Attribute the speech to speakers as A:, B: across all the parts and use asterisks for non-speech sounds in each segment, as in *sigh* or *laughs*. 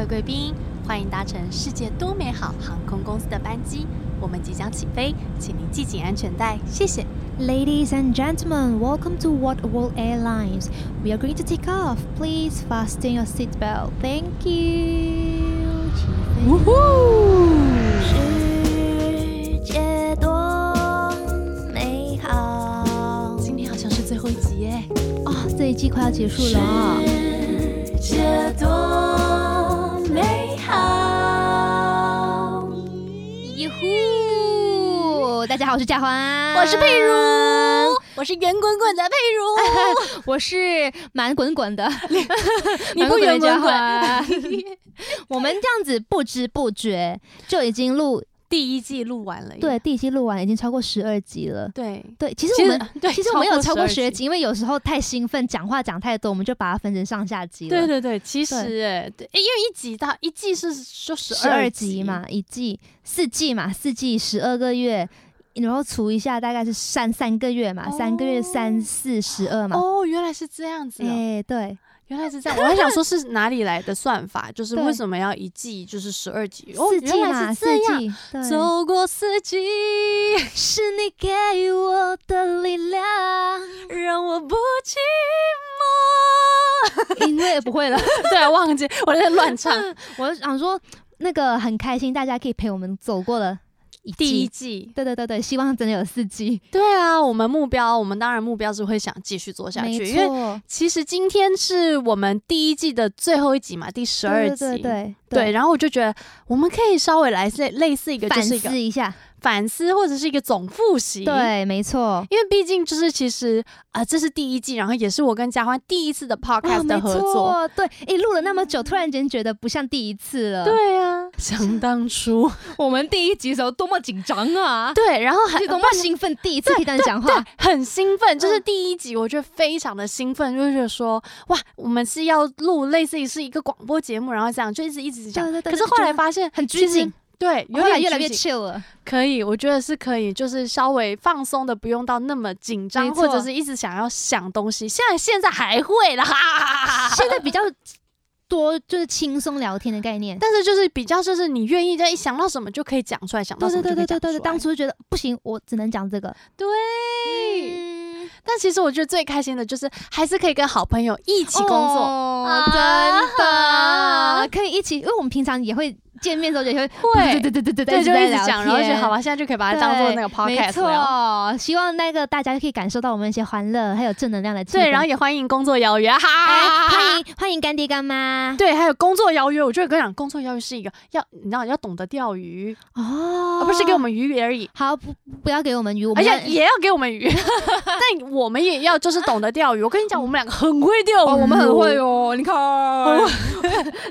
A: 位贵宾，欢迎搭乘世界多美好航空公司的班机，我们即将起飞，请您系紧安全带，谢谢。
B: Ladies and gentlemen, welcome to What World Airlines. We are going to take off. Please fasten your seatbelt. Thank you. 起飞
A: 呜呼！
B: 世界多美好
A: 今天好像是最后一集耶，
B: 哦，这一季快要结束了啊、
A: 世界多美好。
B: 耶呼！大家好，我是嘉欢，
A: 我是佩如， *laughs* 我是圆滚滚的佩如，
B: 我是蛮滚滚
A: *laughs*
B: 的，
A: 你不圆滚滚
B: 蛮滚的嘉欢。 *laughs* 我们这样子不知不觉就已经录
A: *laughs* 第一季录完了耶，
B: 对第一期录完，已经超过十二集了。
A: 对，
B: 对，其实
A: 其
B: 我
A: 实
B: 们
A: 对
B: 其实我们有超
A: 超过
B: 过
A: 12
B: 十二集，因为有时候太兴奋，讲话讲太多，我们就把它分成上下集了。
A: 对对对，其实哎，对，因为一集到一季是就十
B: 十二集，嘛，一季四季嘛，四季十二个月，然后除一下大概是三三个月嘛，三个月
A: 哦
B: 三四十二嘛。
A: 哦，原来是这样子、
B: 哎、
A: 哦，
B: 对，
A: 原来是这样，我还想说是哪里来的算法，就是
B: 对
A: 为什么要一季就是十二集？哦，
B: 四季
A: 原
B: 嘛，
A: 来是
B: 四
A: 这样，
B: 季，对，
A: 走过四
B: *laughs*
A: 季，
B: 是你给我的力量，
A: 让我不寂寞。 *laughs*
B: 因为不会了，
A: 对，啊忘记我在乱
B: *laughs*
A: 唱。
B: 我想说那个很开心，大家可以陪我们走过了一季，
A: 第一季，
B: 对对对对，希望真的有四季，
A: 对啊，我们目标，我们当然目标是会想继续做下
B: 没
A: 去，因为
B: 错，
A: 其实今天是我们第一季的最后一集嘛，第十二
B: 对
A: 集。
B: 对对
A: 对，然后我就觉得我们可以稍微来类类似一个，就
B: 反
A: 是一个
B: 思一下，
A: 反思或者是一个总复习。，
B: 对，没错。
A: 因为毕竟就是其实啊、呃这是第一季，然后也是我跟嘉欢第一次的 podcast 的
B: 啊没
A: 合作。
B: 错，对，诶，录了那么久，突然间觉得不像第一次了。，
A: 对啊，想当初，
B: 我们第一集的时候多么紧张啊，
A: 对，然后还
B: 就多么兴奋，第一次可以跟人讲
A: 对
B: 话，，
A: 很兴奋，就是第一集，我觉得非常的兴奋，就是说，哇，我们是要录类似于是一个广播节目，然后这样就一直一直讲。
B: 对对对
A: 可是后来发现
B: 很
A: 其
B: 拘
A: 实
B: 谨，
A: 对，有
B: 后来
A: 点
B: 越来
A: 拘
B: 越
A: 谨
B: chill 了。
A: 可以，我觉得是可以，就是稍微放松的，不用到那么紧张，
B: 没
A: 或
B: 错
A: 者是一直想要想东西。现在现在还会啦，哈哈哈哈哈哈
B: 现在比较多就是轻松聊天的概念。
A: 但是就是比较就是你愿意，就一想到什么就可以讲出来，想到
B: 对
A: 什
B: 对
A: 么就
B: 对
A: 可
B: 对
A: 以讲
B: 对
A: 出
B: 对
A: 来。
B: 对，当初就觉得不行，我只能讲这个。
A: 对。
B: 嗯，
A: 但其实我觉得最开心的就是还是可以跟好朋友一起工作。
B: 哦
A: 啊
B: 真的可以一起，因为我们平常也会见面的时候也会
A: 会
B: 对对对对
A: 对，就一
B: 一
A: 直
B: 直
A: 讲，然后就
B: 就
A: 好吧，现在就可以把它当做那个
B: 没
A: podcast 了。
B: 错，希望那个大家可以感受到我们一些欢乐，还有正能量的气氛。
A: 对，然后也欢迎工作邀约，哈
B: 哎
A: 哈，
B: 欢。迎欢迎干爹干妈
A: 对，还有工作邀约，我觉得跟你讲，工作邀约是一个要你知道要懂得钓鱼，
B: 哦哎
A: 而不是给我们鱼而已，
B: 好不不要给我们鱼，我
A: 而
B: 们要
A: 且也要给我们鱼， *laughs* 但我们也要就是懂得钓鱼。我跟你讲，我们两个很会钓鱼，
B: 哦，我们很会
A: 哦。
B: 哦，你看， *laughs*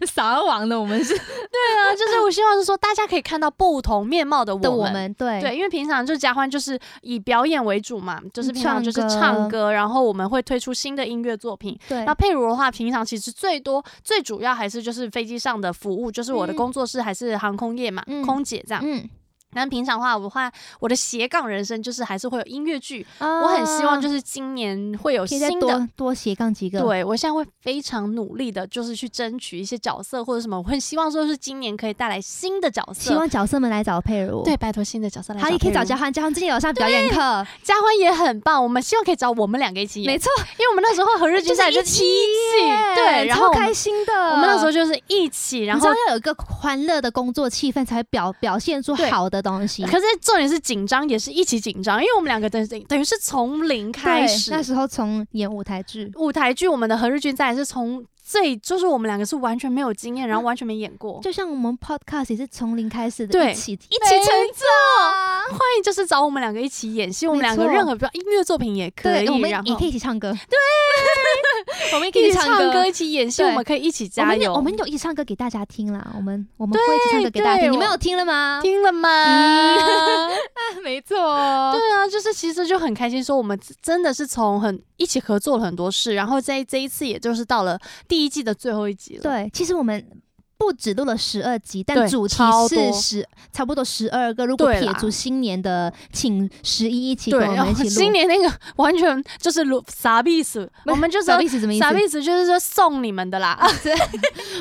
B: 撒网的我们是
A: 对啊，就是我希望是说大家可以看到不同面貌的
B: 的
A: 我
B: 我
A: 们。
B: 们对
A: 对，因为平常就嘉欢就是以表演为主嘛，就是平常就是
B: 唱歌
A: 唱歌，然后我们会推出新的音乐作品，
B: 对
A: 那，佩如的话，平常其实最多、最主要还是就是飞机上的服务，就是我的
B: 嗯
A: 工作室还是航空业嘛，
B: 嗯
A: 空姐这样。
B: 嗯，
A: 但平常的话，我话我的斜杠人生就是还是会有音乐剧，
B: 我
A: 我很希望就是今年会有
B: 啊可以再
A: 新的。
B: 多多斜杠几个，
A: 对，我现在会非常努力的，就是去争取一些角色或者什么，我很希望说是今年可以带来新的角色。
B: 希望角色们来找佩如。
A: 对，，拜托新的角色来。
B: 好，也可以找
A: 嘉
B: 嘉欢，嘉欢最近有上表演课，
A: 嘉欢也很棒，我们希望可以找我们两个一起演
B: 没，错，
A: 因为我们那时候和日
B: 就
A: 军赛
B: 是
A: 就
B: 一
A: 七
B: 起耶
A: 对，然后
B: 超
A: 我们
B: 开心的。
A: 我们那时候就是一起，然
B: 你知
A: 后
B: 道要有一个欢乐的工作气氛，才表表现出
A: 对
B: 好的东西。
A: 可是重点是紧张，也是一起紧张，因为我们两个等等等于是从零开
B: 对
A: 始
B: 那。时候从演舞台剧，
A: 舞台剧我们的何日君在是从最就是我们两个是完全没有经验，然后完全没演过。
B: 嗯就像我们 podcast 也是从零开始的，
A: 对
B: 一起一起
A: 没
B: 成长。
A: 欢迎就是找我们两个一起演戏，我们两个
B: 没错
A: 任何比如音乐作品也可以，
B: 对，我们
A: 然
B: 也
A: 后
B: 可以一起唱歌。 *laughs* 对，我们也可以
A: 一
B: 一
A: 起
B: 起
A: 唱歌，
B: 歌。
A: 一起演戏，
B: 对
A: 我们可以一起
B: 我
A: 加
B: 们
A: 油。
B: 有我们有一起唱歌给大家听啦，我们我们会一起唱歌给大家
A: 对
B: 听。你们
A: 我
B: 有听了吗？
A: 听了吗？
B: *laughs* 没错，
A: 嗯 *laughs* 对啊，就是其实就很开心，说我们真的是从很一起合作了很多事，然后在这一次也就是到了第一季的最后一集了。
B: 对，其实我们。不止录了十二集，但
A: 对
B: 主题
A: 超
B: 是
A: 多
B: 十，差不多十二个。如果
A: 对
B: 撇
A: 啦
B: 除新年的，请十一一起
A: 对，
B: 跟我
A: 然
B: 们一
A: 后
B: 起录。
A: 新年那个完全就是鲁啥意思？我们就是
B: 啥意思？什么意思
A: 啥？意思？就是说送你们的啦，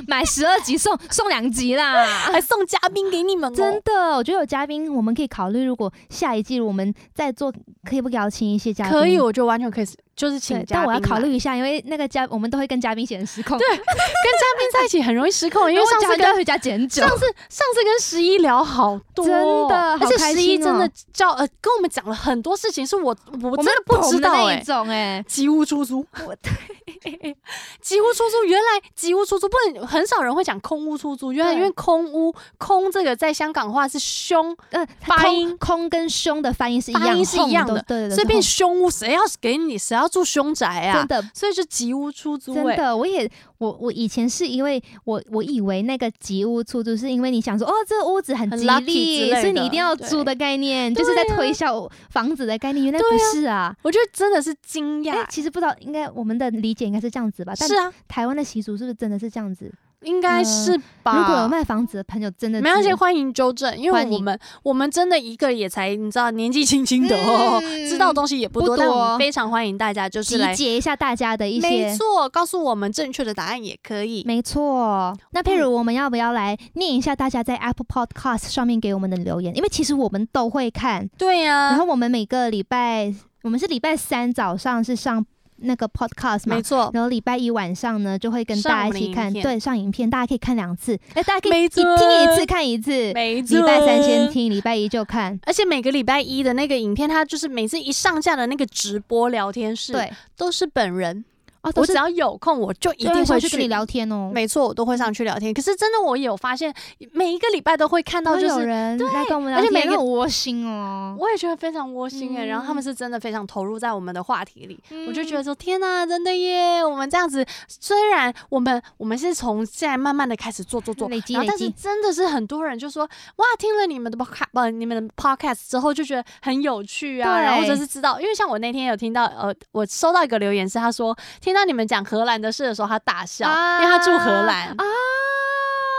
B: 买十二集送送两集啦。
A: 还送嘉宾给你们哦，
B: *laughs* 真的，我觉得有嘉宾，我们可以考虑，如果下一季我们再做，可以不邀请一些嘉宾？
A: 可以，我就完全可以，就是请
B: 对，
A: 嘉宾
B: 但我要
A: 来
B: 考
A: *laughs*
B: 虑一下，因为那个嘉，我们都会跟嘉宾显失控，
A: 对跟嘉宾在一起很容易失 *laughs* 控，因
B: 因
A: 为
B: 为
A: 上
B: 上
A: 次
B: 次
A: 跟
B: 跟回家捡酒
A: 上，次上次跟十一聊好多哦，
B: 真的好
A: 而且
B: 开
A: 十一
B: 心哦
A: 真的教呃跟我们讲了很多事情，是我我
B: 我
A: 真
B: 们
A: 的不知道
B: 那
A: 哎、
B: 一
A: *laughs*
B: 种哎，
A: 吉屋出租，
B: 我
A: 吉屋出租，原来吉屋出租不能很少人会讲空屋出租，原来
B: 对
A: 因为空屋空这个在香港话是凶，
B: 呃，
A: 发音
B: 空空跟凶的发音是一
A: 发
B: 样，
A: 音是一样的
B: 轰都对对对，
A: 所以变
B: 轰
A: 凶屋，谁要给你谁要住凶宅啊
B: 真？的。
A: 所以就吉屋出租、
B: 真
A: 哎，
B: 的，我也我我以前是因为我我以为那个吉屋出租是因为你想说哦这个屋子很
A: 很
B: 吉
A: lucky 之
B: 利
A: 类，的
B: 所以你一定要租的概念，
A: 对
B: 就是在
A: 对啊
B: 推销房子的概念，原来
A: 对
B: 不
A: 啊
B: 是啊。
A: 我觉得真的是惊
B: 哎、
A: 讶，
B: 其实不知道，应该我们的理解应该是这样子吧？但
A: 是啊，
B: 台湾的习俗是不是真的是这样子？
A: 应该是吧？
B: 嗯如果有卖房子的朋友，真的
A: 没关系，
B: 是
A: 欢迎纠正，因为
B: 欢迎
A: 我们我们真的一个也才你知道年纪轻轻的哦，*laughs*
B: 嗯
A: 知道的东西也不
B: 不
A: 多，
B: 多
A: 但我们非常欢迎大家就是
B: 集
A: 来，
B: 结一下大家的一
A: 没
B: 些。
A: 错，告诉我们正确的答案也可以。
B: 没错，那
A: 嗯
B: 譬如我们要不要来念一下大家在 Apple Podcast 上面给我们的留言？因为其实我们都会看，
A: 对呀
B: 呃然，后我们每个礼拜，我们是礼拜三早上是上那个 podcast 嘛
A: 没，错，
B: 然后礼拜一晚上呢就会跟大家一起
A: 上我
B: 看，
A: 们的影片
B: 对，上影片，大家可以看两次，哎，大家可以
A: 没
B: 一
A: 错
B: 听一次看一次，
A: 没错，
B: 礼拜三先。听，礼拜一就看，
A: 而且每个礼拜一的那个影片，它就是每次一上架的那个直播聊天室，，
B: 对，
A: 都是本人，
B: 哦，都
A: 我
B: 是
A: 只要有空我就一
B: 对
A: 定
B: 上
A: 会
B: 去跟你聊天哦，
A: 没错，我都会上去聊天。可是真的，我也有发现，每一个礼拜都会看到，
B: 都
A: 就
B: 有
A: 是
B: 人来跟我们聊
A: 而且
B: 天，
A: 每个
B: 很窝心哦，
A: 我也觉得非常窝心哎、然后他们
B: 嗯
A: 是真的非常投入在我们的话题里，我就觉得
B: 嗯
A: 说天呐，真的耶！我们这样子，虽然我们我们是从现在慢慢的开始做做做。
B: 累积
A: 然后
B: 累，
A: 但是
B: 积，
A: 真的是很多人就说哇，听了你们的 podcast，呃，你们的 podcast 之后就觉得很有趣啊，
B: 对
A: 然后就是知道，因为像我那天有听到，呃，我收到一个留言是他说，听到你们讲荷兰的事的时候，他大笑，
B: 啊
A: 因为他住荷兰
B: 啊。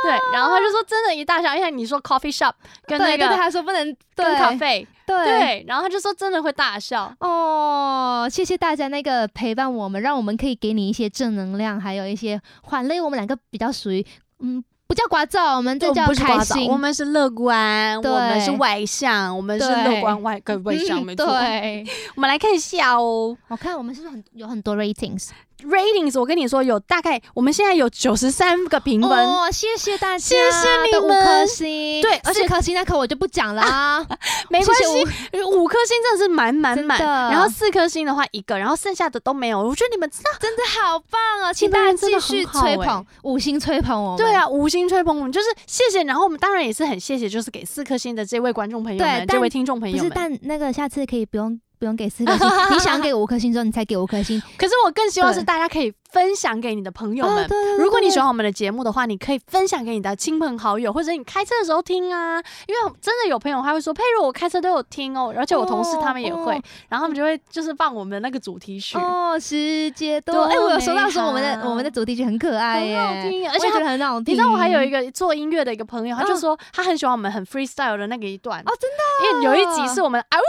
A: 对，然后他就说真的，一大笑，因为你说 coffee shop 跟那
B: 对对对，
A: 个
B: 他说不能
A: 跟咖
B: 对
A: 啡，
B: 对
A: 对，然后他就说真的会大笑，
B: 哦，谢谢大家那个陪伴我们，让我们可以给你一些正能量，还有一些欢乐。因为我们两个比较属于，嗯，不叫聒噪，我们这
A: 我们
B: 叫
A: 不是
B: 开
A: 夸张，
B: 心。
A: 我
B: *laughs*
A: 们是乐观，
B: 对
A: 我们是外向，我们是
B: 对
A: 乐观外跟外向，
B: 嗯
A: 没错。
B: 对，
A: 我们来看一下哦
B: 我看我们是不是很有很多 ratings？
A: ，ratings，我跟你说有大概，我们现在有九十三个评分。
B: 哦，谢谢大家，
A: 谢谢你
B: 都五
A: 们
B: 颗星，
A: 对而
B: 四
A: 且
B: 颗星那颗我就不讲了啊，
A: 没关系
B: 谢谢五，
A: 五颗星真的是满满满，
B: 真的
A: 然后四颗星的话一个，然后剩下的都没有。我觉得你们真的
B: 真的好棒哦，请
A: 你们
B: 大家
A: 人真
B: 继
A: 的
B: 续
A: 很好
B: 吹
A: 欸
B: 捧，五星吹捧我们。
A: 对，啊，五星吹捧我们就是谢谢，然后我们当然也是很谢谢，就是给四颗星的这位观众朋友
B: 对
A: 们，这
B: 但
A: 位听众朋
B: 不
A: 友
B: 是，
A: 们。
B: 但那个下次可以不用不用给四颗 *laughs* 星，你想给五颗星之后你才给五颗星。
A: 可是我更希望是
B: 对
A: 大家可以分享给你的朋友
B: 哦
A: 们
B: 对，对对
A: 如果你
B: 对
A: 喜欢我们的节目的话，你可以分享给你的亲朋好友，或者你开车的时候听啊。因为真的有朋友他会说，佩如我开车都有听哦，而且我同事他们也会，
B: 哦
A: 然后他们就会就是放我们的那个主题曲，
B: 哦，世界多
A: 多
B: 哎、我有收到
A: 美
B: 说我们的
A: 好
B: 我们的主题曲很可爱耶，
A: 很好听，而
B: 哎我
A: 且
B: 也
A: 他。
B: 觉得很好听。
A: 你知道我还有一
B: 个
A: 个做音乐的一个朋友，他就
B: 嗯
A: 说他很喜欢我们很 freestyle 的那个一段，
B: 哦，真的啊
A: 因为有一集是我们啊呜，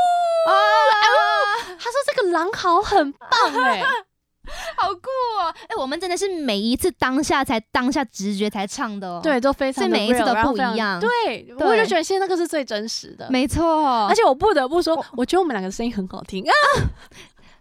A: 啊
B: 哦，
A: 他说这个狼嚎很棒哎、
B: *laughs* 好酷哦！哎、我们真的是每一次当下才当下直觉才唱的哦。，
A: 对，都非常
B: 所以
A: 的
B: 每一次
A: real，
B: 都
A: 然后
B: 不
A: 非常
B: 一样
A: 对，
B: 对
A: 我就觉得现在那个是最真实的，
B: 没错。
A: 而且我不得不说
B: 我，
A: 我觉得我们两个声音很好听啊，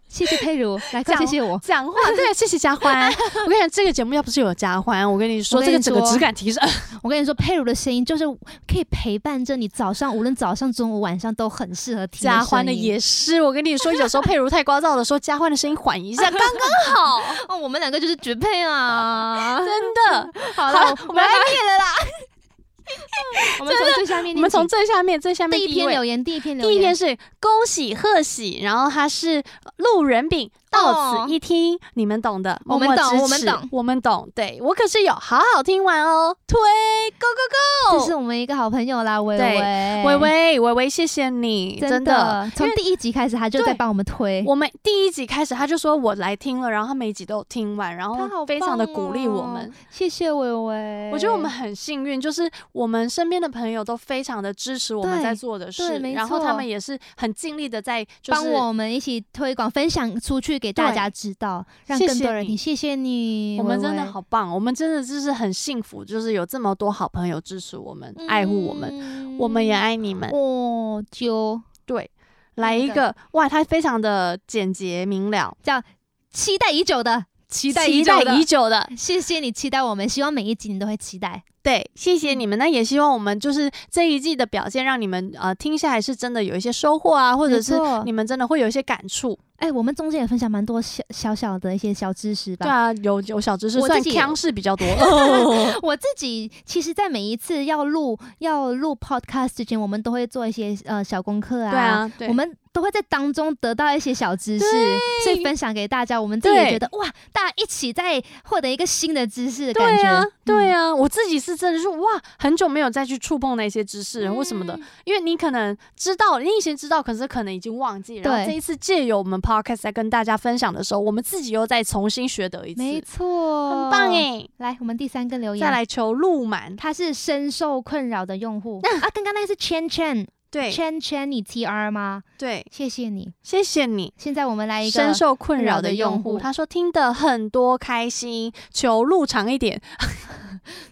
B: 谢谢佩 *laughs* 如，来快
A: 讲
B: 谢谢我。
A: 讲 *laughs* 话对，谢谢嘉欢。我跟你讲，这个节目要不是有嘉欢，我跟你说，
B: 我
A: 这
B: 跟
A: 个
B: 你
A: 整个
B: 说
A: 质感提呃升。
B: 我跟你说，佩如的声音就是可以陪伴着你早上，无论早上、中午、晚上都很适合
A: *laughs*
B: 听。
A: 嘉欢的也是，我跟你说，有时候佩如太聒噪的时候，嘉欢的声音缓 *laughs* 一下，刚刚好，
B: 哦，我们两个就是绝配 *laughs* 啊！
A: 真的。
B: 好
A: 好
B: 了，
A: 我
B: 我
A: 们来
B: 们来念了啦。 *laughs* 我们从最下面
A: *laughs*
B: 念起，
A: 我们从最下面，最下面
B: 第一
A: 位
B: 篇留言，第一篇留
A: 第
B: 言，
A: 一篇是恭喜贺喜，然后他是路人丙到此一听，你们懂的，
B: 我们
A: 默默
B: 懂
A: 支
B: 我们
A: 持
B: 懂
A: 哦我们懂。对我可是有好好听完哦，推 Go
B: 这
A: Go Go！
B: 是我们一个好朋友啦，薇
A: 哦对
B: 薇，
A: 微，微微微，谢谢你，
B: 真
A: 真的，因
B: 从
A: 为
B: 第一集开始，他就
A: 对
B: 在帮我们推，
A: 我们第一集开始，他就说我来听了，然后他每一集都有听完，然
B: 他
A: 后
B: 好
A: 非常的
B: 棒
A: 鼓励我
B: 哦
A: 们。
B: 谢谢薇薇。
A: 我觉得我们很幸运，就是我们身边的朋友都非常的支持我们
B: 对
A: 在做的事
B: 对没，
A: 然后
B: 错
A: 他们也是很尽力的在就
B: 帮
A: 是
B: 我们一起推广、分享出去给大家知道，让
A: 谢
B: 更
A: 谢
B: 多人
A: 你
B: 听。谢谢你，
A: 我们
B: 薇
A: 真的
B: 薇
A: 好棒，我们真的就是很幸福，就是有这么多好朋友支持我们、爱护我们，
B: 们
A: 我们也爱你们。
B: 嗯哦，就
A: 对，来
B: 那
A: 一个哇，他非常的简洁明了，
B: 叫期待已久的，期
A: 期待已久的，
B: 谢谢你期待我们，希望每一集你都会期待。
A: 对，谢谢你们。那也希望我们就是这一季的表现，让你们呃听下来是真的有一些收获啊，或者是
B: 没错
A: 你们真的会有一些感触。
B: 哎、我们中间也分享蛮多小小小的一些小知识吧。
A: 对啊，有有小知识，
B: 我
A: 算
B: 自己也
A: 腔是比较多。哦
B: *laughs* 我自己其实，在每一次要录要录 podcast 之前，我们都会做一些呃小功课啊。
A: *laughs* 对，啊，对
B: 我们都会在当中得到一些小知识，所以分享给大家。我们自己
A: 对
B: 也觉得哇，大家一起在获得一个新的知识的感
A: 对
B: 觉。
A: 啊
B: 嗯，
A: 对啊，我自己是真的是哇，很久没有再去触碰那些知
B: 嗯
A: 识或什么的，，因为你可能知道，你以前知道，可是可能已经忘记。然后
B: 对
A: 这一次借由我们 podcast 在跟大家分享的时候，我们自己又再重新学得一次，
B: 没错，
A: 很棒哎！
B: 来，我们第三个留言，
A: 再，来求路满，
B: 他是深受困扰的
A: *laughs*
B: 用户啊。刚刚那个是 Chen Chen
A: 对
B: Chen Chen，你 T R 吗？
A: 对，
B: 谢谢你。
A: 谢谢你。
B: 现在我们来一
A: 深
B: 个，
A: 受困
B: 扰
A: 扰
B: 的
A: 的
B: 用
A: 用户，
B: 户
A: 他说听的很多开心，求路长一点，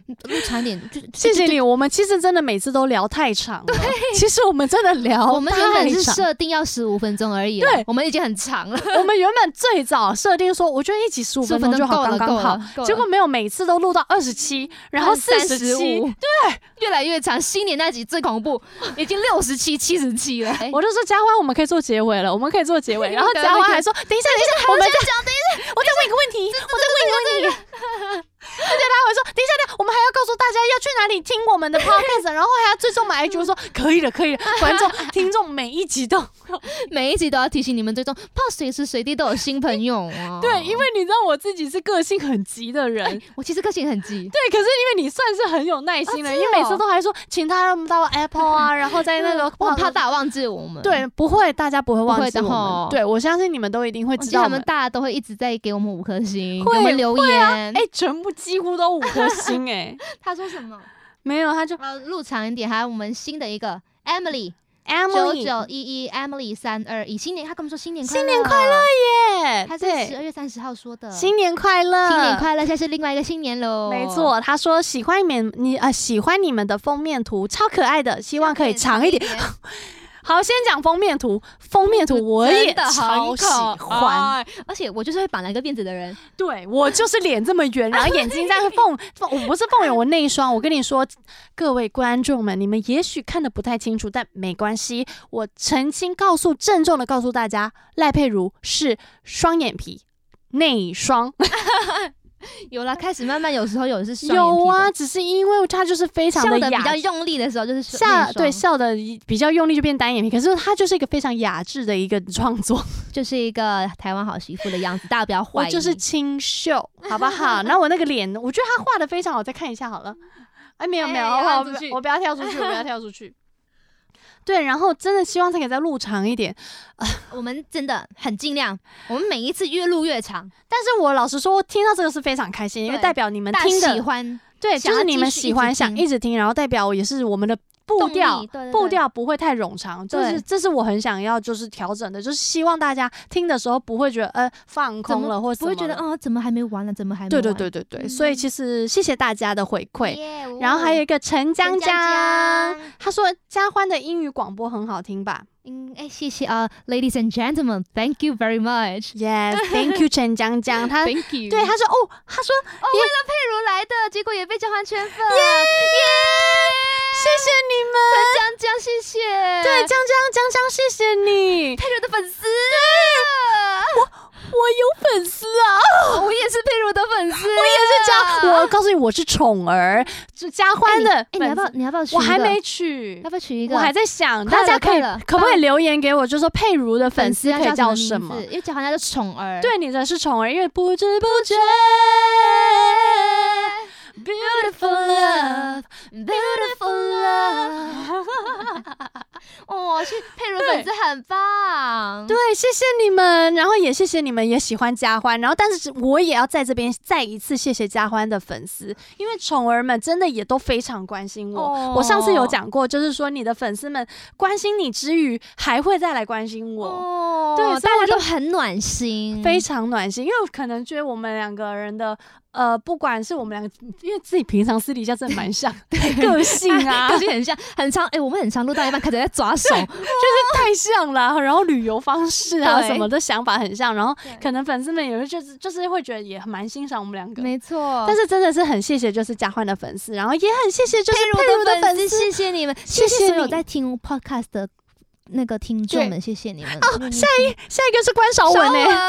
B: 录长一点，
A: *laughs*
B: 就
A: 谢谢。你。我们其实真的每次都聊太长了，其实我们真的聊
B: 我们原本是
A: 太长
B: 设定要十五分钟而已，
A: 对，
B: 我们已经很长了，
A: 我们原本最早设定说，我觉得一起十五
B: 十五
A: 分钟就好，
B: 够了，
A: 刚刚
B: 够
A: 好。
B: 了，够了
A: 结果没有，每次都录到二十七， *laughs* 然后四十七，
B: 35，对，越来越长。新年那集最
A: *laughs*
B: 恐怖，已经六十七、七十七了。
A: 我就说嘉欢，我们可以做结尾了，我们可以做结 *laughs* 尾。然后
B: 对
A: 嘉
B: 我
A: 欢
B: 们
A: 还说，等一下，等一下，我们再讲，等一下，我再问一个问题，我再问一个问题。而且他还说，等一下，等一下，我们还要告诉大家要去哪里听我 *laughs* 们的 podcast，然后还要追踪我们 IG。我说可以了，可以了，观众、听众每一集都。
B: 每一集都要提醒你们追踪，怕随时随地都有新朋友
A: *laughs*
B: 啊
A: *laughs* 对，因为你知道我自己是个性很急的 *laughs* 人，
B: 我其实个性很急，
A: 对，可是因为你算是很有耐心的，
B: 啊
A: 因
B: 真的
A: 为
B: 哦
A: 每次都还说请他们到 Apple *laughs* 啊，然后在那个
B: 我很怕大家忘记我们。
A: 对，不会，大家不会忘
B: 不会
A: 记
B: 的
A: 我
B: 吼
A: 们。对，我相信你们都一定会
B: 我
A: 知
B: 记得
A: 道我
B: 他们
A: 们。
B: 大家都会一直在给我们五颗星，
A: 会
B: 给我们留言。
A: 哎、全部几乎都五颗星哎、
B: *laughs* 他说什么？
A: 没有，他就
B: 呃，入场一点，还有我们新的一个 Emily 九
A: Emily
B: 九一一 Emily 三二一，新年他跟我们说新年
A: 新年快乐耶，
B: 他在十
A: 对，
B: 二月三十号说的，
A: 新年快乐，
B: 新年快乐，现在是另外一个新年喽，
A: 没，错，他说喜欢你们，你呃喜欢你们的封面图，超可爱的，希望可以长一点。
B: 点。 *laughs*
A: 好，先讲封面图，封面图我也
B: 真的哦好
A: 超喜欢，，
B: 而且我就是会绑两个辫子的人，
A: 对我就是脸这么圆，然后眼睛在缝缝，我不是缝眼，我那一双。我跟你说，各位观众们，你们也许看的不太清楚，但没关系，我澄清告诉郑重的告诉大家，赖佩如是双眼皮。内双 *laughs*
B: 有了开始慢慢有时候有是双眼皮
A: 有
B: 的
A: 啊，，只是因为她就是非常
B: 笑
A: 的
B: 的比
A: 雅
B: 较用力的时候就是双
A: 下
B: 内双
A: 对笑的比较用力就变单眼皮，可是她就是一个非常雅致的一个创作。
B: 就是一个台湾好媳妇的样子，大家不要
A: 我
B: 怀疑，
A: 就是清
B: *laughs*
A: 秀，好不好？那我那个脸，我觉得他画的非常好，再看一下好了。哎，没有没有，
B: 哎哎哎
A: 我
B: 跳出
A: 不
B: 去
A: 我不要跳出去，我不要跳出
B: *laughs*
A: 去。对，然后真的希望他可以再录长一点，
B: 我们真的很尽量，我们每一次越录越长，
A: 但是我老实说，我听到这个是非常开心，因为
B: 对
A: 代表你们
B: 大家
A: 嗯听
B: 喜
A: 的，
B: 欢
A: 对，就
B: 想要
A: 是你们
B: 继续一
A: 喜
B: 直
A: 欢想
B: 听
A: 一直听，然后代表也是我们的步
B: 动力
A: 调，
B: 对对对
A: 步调不会太冗长，这
B: 对
A: 是这是我很想要就是调整的，就是希望大家听的时候不会觉得呃放
B: 怎
A: 空
B: 么
A: 了或什
B: 不
A: 么
B: 会
A: 了，
B: 觉得哦，怎么还没完呢？怎么还没
A: 对
B: 完？
A: 对对对对，所以
B: 嗯
A: 其实谢谢大家的回馈。
B: 耶哦
A: 然后还有一个陈江
B: 陈
A: 江，
B: 江，
A: 他说嘉欢的英语广播很好听吧
B: 嗯，哎，谢谢啊，ladies and gentlemen，thank you very much。 *laughs*
A: ？Yes，Thank you，陈江江。他对
B: Thank you。
A: 他说哦，他
B: *laughs*
A: 说
B: 哦，为了佩如来的，结果也被交换圈粉。
A: 谢谢你们，
B: 江江，谢谢。 *laughs*
A: 对江江江江，谢谢你。
B: 佩如的粉丝。
A: 有粉丝啊！
B: *laughs* 我也是佩如的粉丝，我
A: 这样，我告诉你，我是宠儿，是加欢的
B: 哎，你要
A: 粉
B: 不
A: 丝
B: 要？你要不要取一
A: 我
B: 个？
A: 还没取
B: 要，不要取一个？
A: 我还在想，
B: 快
A: 大
B: 了
A: 家可以
B: 快了
A: 可不可以留言给我，就说佩如的粉丝
B: 要
A: 可以叫
B: 叫
A: 什
B: 么
A: 么
B: 名？字？因为叫好像叫宠儿。
A: 对，你的是宠儿，因为不知不觉。
B: ，Beautiful love，Beautiful love。哦，去佩如粉丝很棒。
A: 对，谢谢你们，然后也谢谢你们也喜欢嘉欢，然后但是我也要在这边再一次谢谢嘉欢的粉丝，因为宠儿们真的也都非常关心我。
B: 哦
A: 我上次有讲过，就是说你的粉丝们关心你之余，还会再来关心我。
B: 哦，
A: 对所以
B: 大
A: 我就
B: 家都很暖心，
A: 非常暖心，因为我可能觉得我们两个人的呃，不管是我们两个，因为自己平常私底下真的蛮 *laughs* 像 *laughs* 个性
B: *laughs*
A: 啊，
B: 感觉很像，很常哎，我们很常录到一半，开始在抓 *laughs* 手，
A: 太像了。啊然后旅游方式啊
B: 对
A: 什么的想法很像，然后
B: 对
A: 可能粉丝们也会就是就是会觉得也蛮欣赏我们两个。
B: 没错。
A: 但是真的是很谢谢，就是嘉欢的粉丝，然后也很谢谢就是佩如的粉丝，
B: 谢谢你们，
A: 谢
B: 谢
A: 谢
B: 谢所有
A: 你
B: 在听 podcast 的那个听众们，谢谢你们。哦，
A: 下一下一个是关少文呢、关关，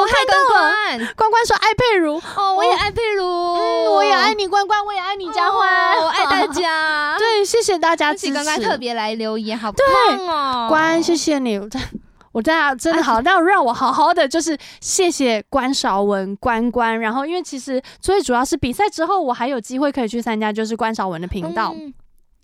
A: 我看到了，
B: 了，
A: 关关说爱佩如，
B: 哦，我也爱佩如，
A: 嗯，我也爱你关关，我也爱你嘉欢，
B: 哦我爱大。 *laughs* 家。
A: *laughs* 对，谢谢大家
B: 而
A: 支
B: 且
A: 持。
B: 刚刚特别来留言，好
A: 对
B: 棒哦！啊
A: 关，谢谢你，我
B: *laughs*
A: 真我真的真的好，那让我好好的就是谢谢关韶文关关，然后因为其实最主要是比赛之后，我还有机会可以去参加就是关韶文的频道，
B: 嗯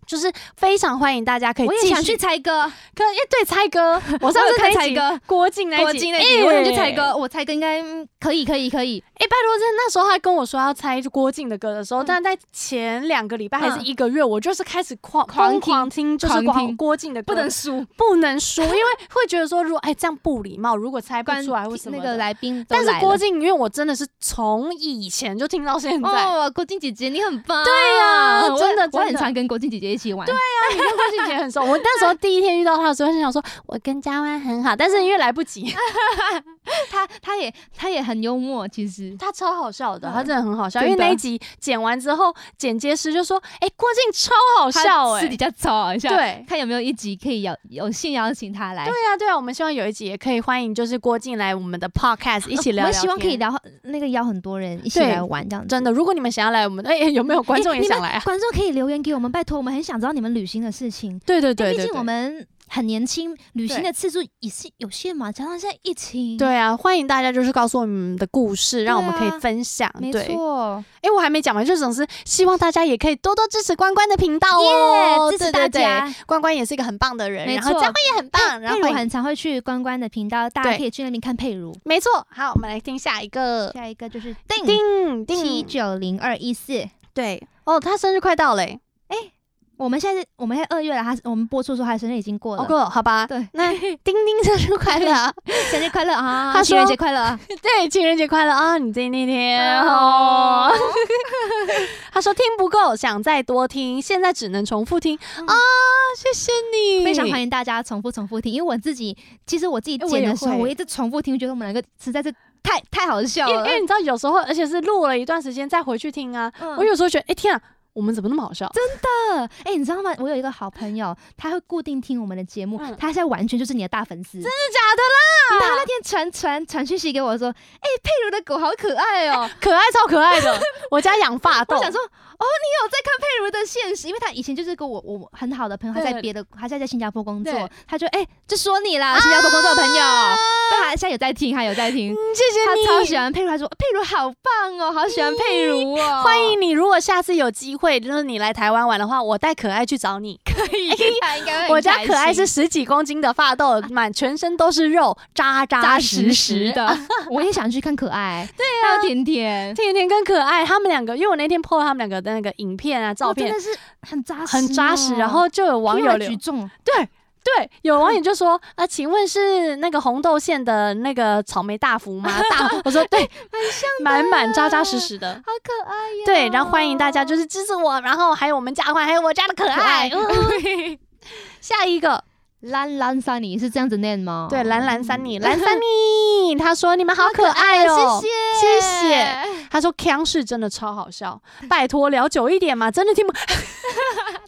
A: 就是非常欢迎大家可以
B: 我也
A: 继
B: 想去
A: 续
B: 猜歌，
A: 可以对猜
B: *laughs*
A: 歌，我上次
B: 我有看
A: 那一
B: 猜
A: 集
B: 歌
A: 郭靖那一
B: 我
A: 集
B: 进那集，
A: 哎
B: 我想去猜歌，我猜歌应该嗯可以，可以，可以。
A: 哎、拜托，真的那时候他跟我说要猜郭靖的歌的时候，
B: 嗯
A: 但在前两个礼拜还是
B: 嗯
A: 一个月，我就是开始狂
B: 狂
A: 疯
B: 听
A: 狂听，就是
B: 狂
A: 光
B: 听
A: 郭靖的歌，
B: 输，
A: 不能输，因为会觉得说，如果哎、这样不礼貌，如果猜不
B: 关
A: 出来或什么
B: 那
A: 的
B: 个来宾都
A: 但是
B: 来
A: 郭
B: 了
A: 靖，因为我真的是从以前 *laughs* 就听到现在，
B: 哦，郭靖姐姐你很棒，对
A: 呀真的
B: 我
A: 真
B: 很
A: 的
B: 常跟郭靖姐姐一起玩，对
A: 你跟郭靖姐很熟。我那时候第一天遇到他的时候，就想说我跟嘉欢很好，但是因为来不 *laughs* 及，
B: 他他也他也很幽默，其实
A: 他超好笑的，
B: 嗯
A: 他真的很好笑。因
B: 真
A: 为
B: 的
A: 那一集剪完之后，剪接师就说：“哎、郭靖超好笑、
B: 他私底
A: 哎，
B: 下吵一下，
A: 对。”
B: 看有没有一集可以邀有幸邀请他来。
A: 对啊，对啊，我们希望有一集也可以欢迎，就是郭靖来我们的 podcast 一起聊
B: 我
A: 聊
B: 们
A: 天。
B: 希望可以聊那个邀很多人一起
A: 对
B: 来玩这样子。
A: 真的，如果你们想要来我们的，哎、哎有没有观众也想来啊？
B: 观众可以留言给我们，拜托，我们很想知道你们旅行的事情。
A: 对对对
B: 毕
A: 对
B: 竟我
A: 对。
B: 们很年轻，旅行
A: 对
B: 的次数也是有限嘛，加上现在疫情，，
A: 对啊，欢迎大家就是告诉我们的故事，让我们可以
B: 嗯对啊
A: 分享。
B: 没
A: 对，
B: 错，
A: 哎、我还没讲完，就总是希望大家也可以多多支持关关的频道哦
B: 耶，支持
A: 对对
B: 大
A: 对
B: 家。
A: 关关也是一个很棒的人，
B: 没
A: 然后
B: 错
A: 佳慧也很棒，然
B: 佩
A: 后
B: 如
A: 欢迎
B: 很常会去关关的频道，大家
A: 对
B: 可以去那边看佩如。
A: 没错。好，我们来听下一个，
B: 下一个就是
A: 啊叮
B: 七
A: 叮，
B: 九零二一四。
A: 对，哦，他生日快到嘞，
B: 我们现在是我们现在二月了，他我们播出的时候，他的生日已经过了。
A: 哦，过了好吧，
B: 对， *laughs*
A: 那叮叮生日快乐啊，
B: 生日快乐啊！
A: 他说
B: 情人节快乐
A: *laughs*
B: 啊！
A: 对，情人节快乐啊，你在那天哦。 *laughs* 他说听不够，想再多听，现在只能重复听
B: 嗯
A: 啊，谢谢你，
B: 非常
A: 迎。
B: 欢迎大家重复重复听，因为我自己其实我自己
A: 哎我
B: 剪
A: 也
B: 的时候，
A: 会
B: 我一直重复听，觉得我们两个实在是太太好笑
A: 因为
B: 了
A: 因。为你知道，有时候而且是录了一段时间再回去听啊，
B: 嗯
A: 我有时候觉得，哎天啊，我们怎么那么好笑？
B: 真的，哎，你知道吗？我有一个好朋友，他会固定听我们的节目
A: 嗯，
B: 他现在完全就是你的大粉丝。真的
A: 假的啦，
B: 他那天传传传讯息给我说，哎，佩如的狗好可爱哦。
A: 可爱超可爱的， *laughs* 我家养发
B: 我
A: 豆，
B: 想说，哦，你有在看佩如的现实，因为他以前就是跟我我很好的朋友，他
A: 对
B: 在别的，他现在在新加坡工
A: 对
B: 作，他就哎、就说你啦，新加坡工作的朋友，但他现在有在听，他有在听，
A: 嗯谢
B: 他
A: 谢你，
B: 超喜欢佩如，他说佩如好棒哦，好喜欢佩如哦，
A: 欢
B: *laughs*
A: 迎你，如果下次有机会，就是你来台湾玩的话，我带可爱去找你。
B: 可
A: *laughs*
B: 以，他应该会很
A: 我家
B: 开
A: 可爱
B: 心
A: 是十几公斤的发
B: *laughs*
A: 豆，满全身都是肉，扎扎
B: 扎
A: 实
B: 实
A: 实
B: 实
A: 的。 *laughs*
B: 的，我也想去看可爱，对
A: 啊
B: 还有甜甜。
A: 甜甜跟可爱他们两个，因为我那天 PO 了他们两个的那个影片啊、照
B: 哦真
A: 片，
B: 的是很扎实哦，
A: 很扎实。然后就有网
B: 因
A: 友
B: 为他
A: 留
B: 举重，
A: 对。对，有网友就说：“啊、请问是那个红豆馅的那个草莓大福吗？”大 *laughs* 福，我说
B: *laughs*
A: 对，
B: 很像，
A: 满满扎扎实实的。
B: 好可爱呀。
A: 对，然后欢迎大家就是支持我，然后还有我们家欢，还有我家的可
B: 可爱
A: 爱。嗯 *laughs* 下一个，
B: 蓝蓝三你是这样子念吗？
A: 对，蓝蓝三
B: 哦
A: 妮，蓝三妮，他说你们好可爱哦、
B: 谢
A: 谢
B: 谢，
A: 他说腔是真的超好笑，拜托聊久一点嘛，真的听不。
B: *laughs*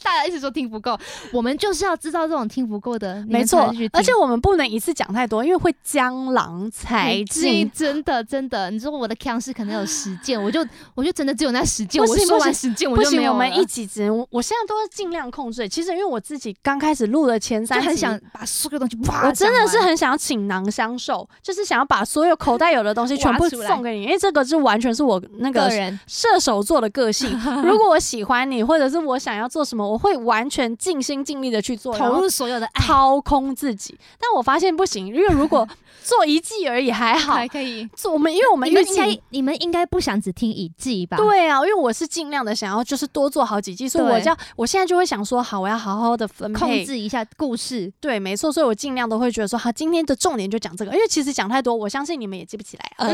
B: 大家一直说听不够，我们就是要知道这种听不够的，你们
A: 没
B: 才
A: 错
B: 会去，
A: 而且
B: 听
A: 我们不能一次讲太多，因为会江郎才
B: 你
A: 尽。
B: 真的真的，你说我的腔是可能有十件，我就我就真的只有那十件，
A: 不
B: 我
A: 行
B: 说
A: 不
B: 完
A: 行
B: 十件我
A: 不
B: 就没
A: 行，
B: 有
A: 我们
B: 了
A: 一起只，我我现在都是尽量控制。其实因为我自己刚开始录了前
B: 就
A: 三集，
B: 很想把所有东西啪，
A: 我真的是很想要倾囊相授，就是想要把所有口袋有的东
B: *laughs*
A: 西全部
B: 挖出来
A: 送给你，因为这个是完全是我那
B: 个
A: 个
B: 人
A: 射手座的个性。
B: *laughs*
A: 如果我喜欢你，或者是我想要做什么，我会完全尽心尽力的去做，然
B: 投
A: 后
B: 入所有的爱，
A: 掏空自己。但我发现不行，因为如
B: *laughs*
A: 果做一季而已还好
B: 还，可以。
A: 做我们因为我们
B: 你
A: 预
B: 们应
A: 期
B: 该。你们应该不想只听一季吧？
A: 对啊，因为我是尽量的想要就是多做好几季，所以
B: 对
A: 我要我现在就会想说，好，我要好好的分
B: 控
A: 配
B: 制一下故事，
A: 对，没错，所以我尽量都会觉得说，好，今天的重点就讲这个，因为其实讲太多，我相信你们也记不起
B: *laughs*
A: 来。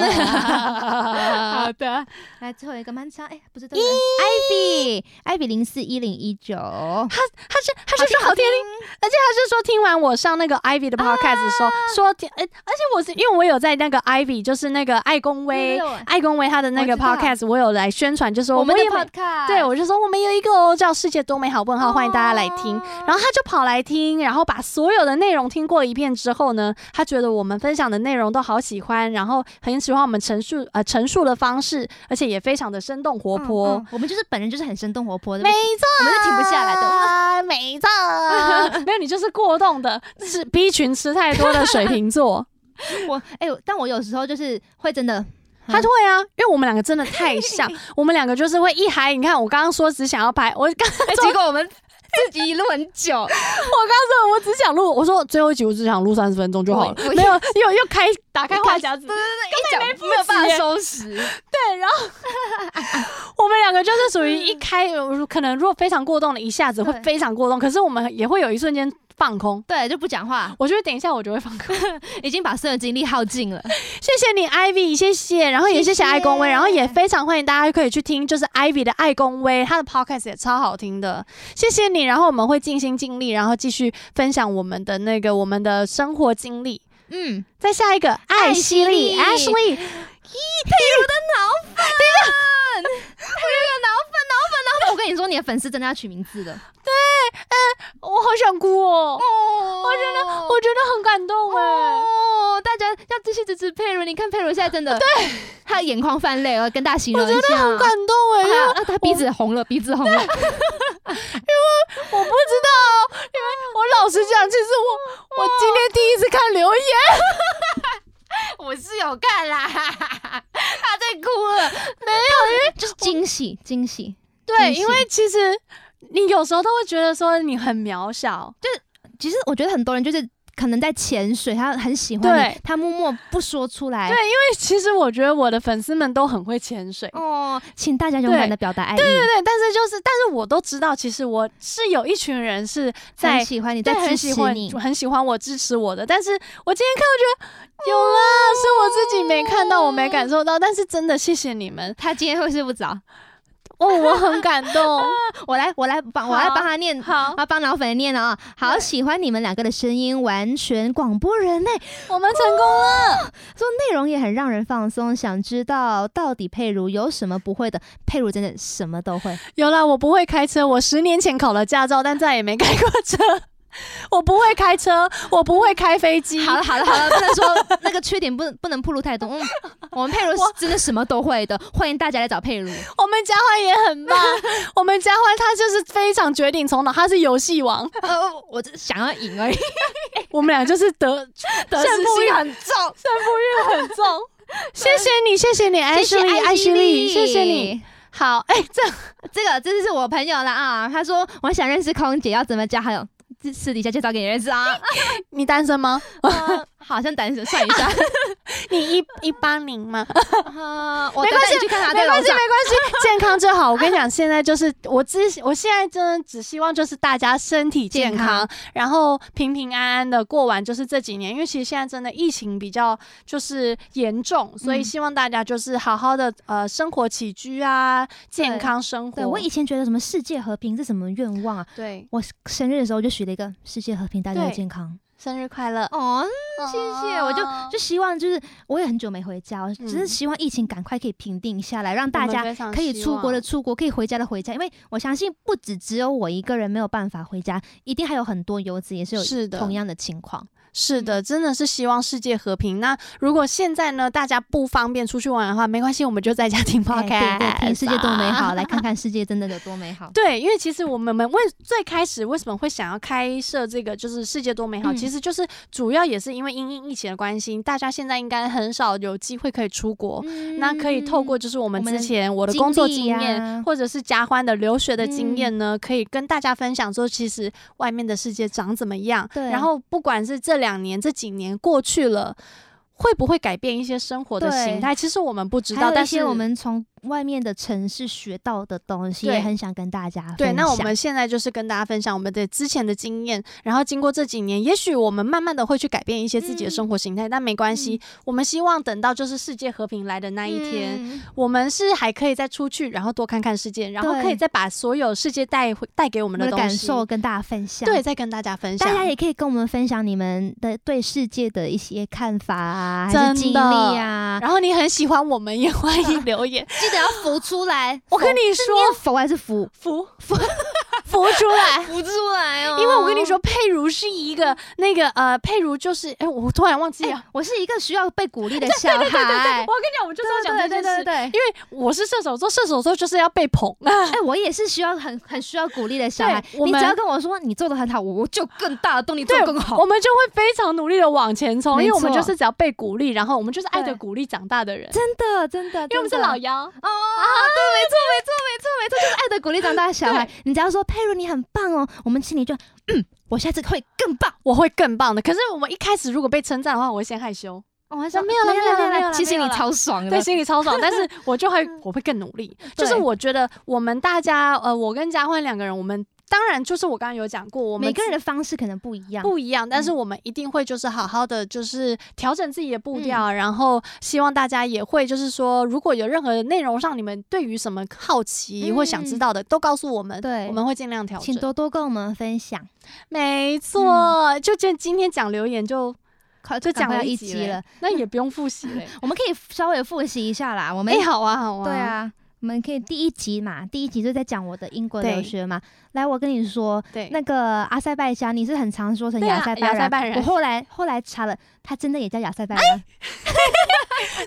A: 好的，
B: 来最后一个蛮长，哎、不是这个，Ivy Ivy 零四一零一九，
A: 他是他是说好听力，而且他是说听完我上那个 Ivy 的
B: 啊
A: podcast 的时候、说听，哎、而且我是因为我有在那个 Ivy，就是那个爱公
B: 对
A: 威
B: 对，对
A: 爱公威他的那
B: 我
A: 个
B: 知道
A: podcast，我有来宣传，就说
B: 我们的
A: 也
B: podcast，
A: 啊对，我就说我们有一个哦，叫《世界多美好问号》，欢迎大家来
B: 哦
A: 听。然后他就跑来听，然后把所有的内容听过一遍之后呢，他觉得我们分享的内容都好喜欢，然后很喜欢我们陈述呃陈述的方式，而且也非常的生动活
B: 嗯
A: 泼。
B: 嗯我们就是本人就是很生动活泼的，
A: 没啊
B: 错，我们是停不下来的。
A: 的，没错， *laughs* 没有你就是过动的，是 B 群吃太多的水瓶 *laughs* 座。
B: *laughs* 我哎、我但我有时候就是会真
A: *laughs*
B: 的，
A: 他就会啊，因为我们两个真的太 *laughs* 像，我们两个就是会一嗨。你看我刚刚说只想要拍，我刚
B: 哎、结果我们 *laughs* 自己录很
A: *laughs*
B: 久，
A: 我我只想录，我说最后一集我只想录三十分钟就好了
B: 我我，
A: 没有又又开打开话匣子，
B: 对对对，一讲没有
A: 办
B: 办
A: 法
B: 法收拾，
A: *laughs* 对，然后我们两个就是属于一开，呃可能如果非常过动的，一下子会
B: 对
A: 非常过动，可是我们也会有一瞬间放空。
B: 对，就不讲话，
A: 我觉得等一下我就会放空，
B: 已经把所有精力耗尽
A: *laughs*
B: 了。
A: 谢谢你，Ivy，谢谢，然后也谢谢
B: 谢谢
A: 爱公威，然后也非常欢迎大家可以去听，就是 Ivy 的爱公威，他的 podcast 也超好听的，谢谢你，然后我们会尽心尽力，然后继续分享我们的那个我们的生活经历。
B: 嗯，
A: 再下一个，艾希莉
B: 艾希莉
A: *laughs* ，Ashley，
B: 我跟你说，你的粉丝真的要取名字的，
A: 我好想哭哦，
B: 哦，我觉得
A: 我觉得很感动哎。
B: 哦，大家要继续支持佩如。你看佩如现在真的，对，她眼眶泛泪，我跟大家形容一下，
A: 很感动哎，因为
B: 啊，她鼻子红了，鼻子红了，
A: 我不知道，哦因为我老实讲，其实我我今天第一次看留言，
B: 我是有
A: *laughs*
B: 看啦，她在哭了，没有，因为就是惊喜，惊喜，
A: 对，
B: 真是
A: 因为其实你有时候都会觉得说你很渺小，
B: 其实我觉得很多人就是可能在潜水，他很喜欢你
A: 对，
B: 他默默不说出来。
A: 对因为其实我觉得我的粉丝们都很会潜水，
B: 哦，请大家勇敢的表达爱意。
A: 对对，但是就是，但是我都知道，其实我是有一群人是在
B: 很喜欢你，
A: 对，
B: 在支
A: 很喜
B: 持
A: 欢
B: 你，
A: 很喜欢我支持我的。但是我今天看，我觉得有啦，是我自己没看到，我没感受到。但是真的谢谢你们，
B: 他今天会睡不着。
A: 哦，我很感动。
B: 我来，我来帮，我来
A: 好
B: 帮他念。
A: *laughs*
B: *laughs*
A: 好
B: 我，要帮老粉念了啊、好喜欢你们两个的声音，完全广播人类，
A: 我们成功了。
B: 说内容也很让人放松。想知道到底佩如有什么不会的？佩如真的什么都会。
A: 有啦，我不会开车，我十年前考了驾照，但再也没开过车。 *laughs* 我不会开车，我不会开飞机。
B: 好了好了好了，不能说那个缺点不能不能暴露太多。嗯，我们佩如
A: 我
B: 真的什么都会的，欢迎大家来找佩如。
A: 我们嘉欢也很 *laughs* 棒，我们嘉欢他就是非常绝顶从脑，他是游戏王。
B: 呃，我只是想要赢而已，
A: 我们俩就是得哎 *laughs* 得失心
B: 啊
A: 很
B: 重。
A: 胜负欲很重。 *laughs* 谢谢你，谢谢你，
B: 哎
A: 艾希莉，艾希莉，谢谢你。。好，哎、这
B: 这个这是我朋友了啊，他说我想认识空姐，要怎么加好友？私底下介绍给你认识啊。
A: 你单身吗？
B: 呃好像单身，算一 *laughs* 下，
A: 你一一八零吗？
B: 啊我
A: 没
B: 带
A: 关系
B: 你去看他在
A: 没
B: 楼
A: 关系，没
B: 上。
A: 关系， *laughs* 健康就好。我跟你讲，现在就是我只我现在真的只希望就是大家身体健
B: 健
A: 康，
B: 康
A: 然后平平安安的过完就是这几年，因为其实现在真的疫情比较就是严重，所以
B: 嗯
A: 希望大家就是好好的呃生活起居啊，健
B: 对
A: 康生活。
B: 对我以前觉得什么世界和平是什么愿望啊？
A: 对
B: 我生日的时候就许了一个世界和平，大家都
A: 对
B: 健康。
A: 生日快乐，哦
B: 哦，谢谢，我就就希望就是我也很久没回家，我只是
A: 嗯
B: 希望疫情赶快可以平定下来，让大家
A: 家
B: 可以出国的出国，可以回家的回家，因为我相信不只只有我一个人没有办法回家，一定还有很多游子也是有
A: 是的
B: 同样的情况。
A: 是
B: 嗯
A: 的，真的是希望世界和平。那如果现在呢，大家不方便出去玩的话，没关系，我们就在家听 podcast，、啊
B: 哎对对，听世界多美好，来看看世界真的有多美好。
A: *laughs* 对，因为其实我们们为最开始为什么会想要开设这个就是世界多美好，
B: 嗯
A: 其实就是主要也是因为因应疫情的关系，大家现在应该很少有机会可以出国。那可
B: 嗯
A: 以透过就是我们
B: 我们
A: 之
B: 的
A: 前我的
B: 经
A: 工作
B: 历
A: 经验，
B: 呀
A: 或者是加欢的留学的经
B: 嗯
A: 验呢，可以跟大家分享说，其实外面的世界长怎么样。
B: 对
A: 然后不管是这两年这几年过去了，会不会改变一些生活的
B: 对
A: 形态？其实我们不知
B: 还
A: 道，
B: 有一
A: 但
B: 些
A: 是
B: 我们从外面的城市学到的东西，
A: 对
B: 也很想跟大家分享。
A: 对，那我们现在就是跟大家分享我们的之前的经验，然后经过这几年，也许我们慢慢的会去改变一些自己的
B: 嗯
A: 生活形态，但没关系，我们希望等到就是世界和平来的那
B: 那
A: 一天，我们是还可以再出去，然后多看看世界，然后
B: 对
A: 可以再把所有世界带回带给我
B: 我
A: 们
B: 们的
A: 东
B: 感
A: 西，
B: 受跟大家分享。
A: 对，再跟大家分享。
B: 大家也可以跟我们分享你们的对世界的一些看法啊，
A: 真
B: 还
A: 的
B: 是经历啊，
A: 然后你很喜欢我们，也欢迎留言。
B: 记得要浮出来。
A: 我跟
B: 浮
A: 你
B: 是
A: 说
B: 念浮还是浮？
A: 浮浮浮出来，
B: 浮出来哦
A: 因为我跟你说，，佩如是一个那个呃，佩如就是哎，我突然忘记了。
B: 我是一个需要被鼓励的小孩。
A: 我跟你讲，我就是要讲这
B: 对
A: 件
B: 对
A: 事。
B: 对对对，
A: 因为我是射手座，射手座就是要被捧。
B: 哎，我也是需要很很需要鼓励的小孩。
A: 对我
B: 你只
A: 们
B: 要跟我说你做的很好，我我就有更大的动力做得更好。
A: 我们就会非常努力的往前冲，
B: 没
A: 因为我们
B: 错
A: 就是只要被鼓励，然后我们就是爱着
B: 对
A: 鼓励长大的人。
B: 真的真的，
A: 因为我们是
B: 真的
A: 老幺，
B: 哦，对，没错，没错，没错，没错，就是爱的鼓励长大的小孩。你只要说佩如你很棒哦，我们心里就嗯，我下次会更棒。
A: 我会更棒的。可是我们一开始如果被称赞的话，我会先害
B: *laughs*
A: 羞，
B: 我还
A: 说
B: 哦说
A: 没有啦没有啦没有啦
B: 其实
A: 没有
B: 你
A: 啦
B: 超爽
A: 对，
B: 的，
A: 心里超
B: *laughs*
A: 爽。但是我就会我会更努力。就是
B: 嗯对
A: 我觉得我们大家，呃，我跟佳欢两个人，我们当然就是我刚刚有讲过，我们
B: 每个
A: 自
B: 人的方式可能不一样。
A: 不一样，但是
B: 嗯
A: 我们一定会就是好好的就是调整自己的步
B: 嗯
A: 调，然后希望大家也会就是说，如果有任何内容上你们对于什么好奇
B: 嗯
A: 或想知道的，都告诉我们，
B: 对
A: 我们会尽量调
B: 请
A: 整。
B: 多多跟我们分享，
A: 没错，就这今天讲留言就
B: 快
A: 就讲
B: 到
A: 了
B: 一
A: 集
B: 集
A: 嘞
B: 了，，
A: *laughs* 那也不用复习嘞。
B: 我们可以稍微复习一下啦。我们
A: 哎、好啊，好啊，
B: 对，啊，我们可以第一集嘛，第一集就在讲我的英国留
A: 对
B: 学嘛。来，我跟你说，
A: 对，
B: 那个阿塞拜疆，你是很常说成
A: 对啊
B: 亚
A: 亚
B: 塞拜
A: 塞
B: 然，
A: 拜然
B: 我后来后来查了，他真的也叫亚塞拜然，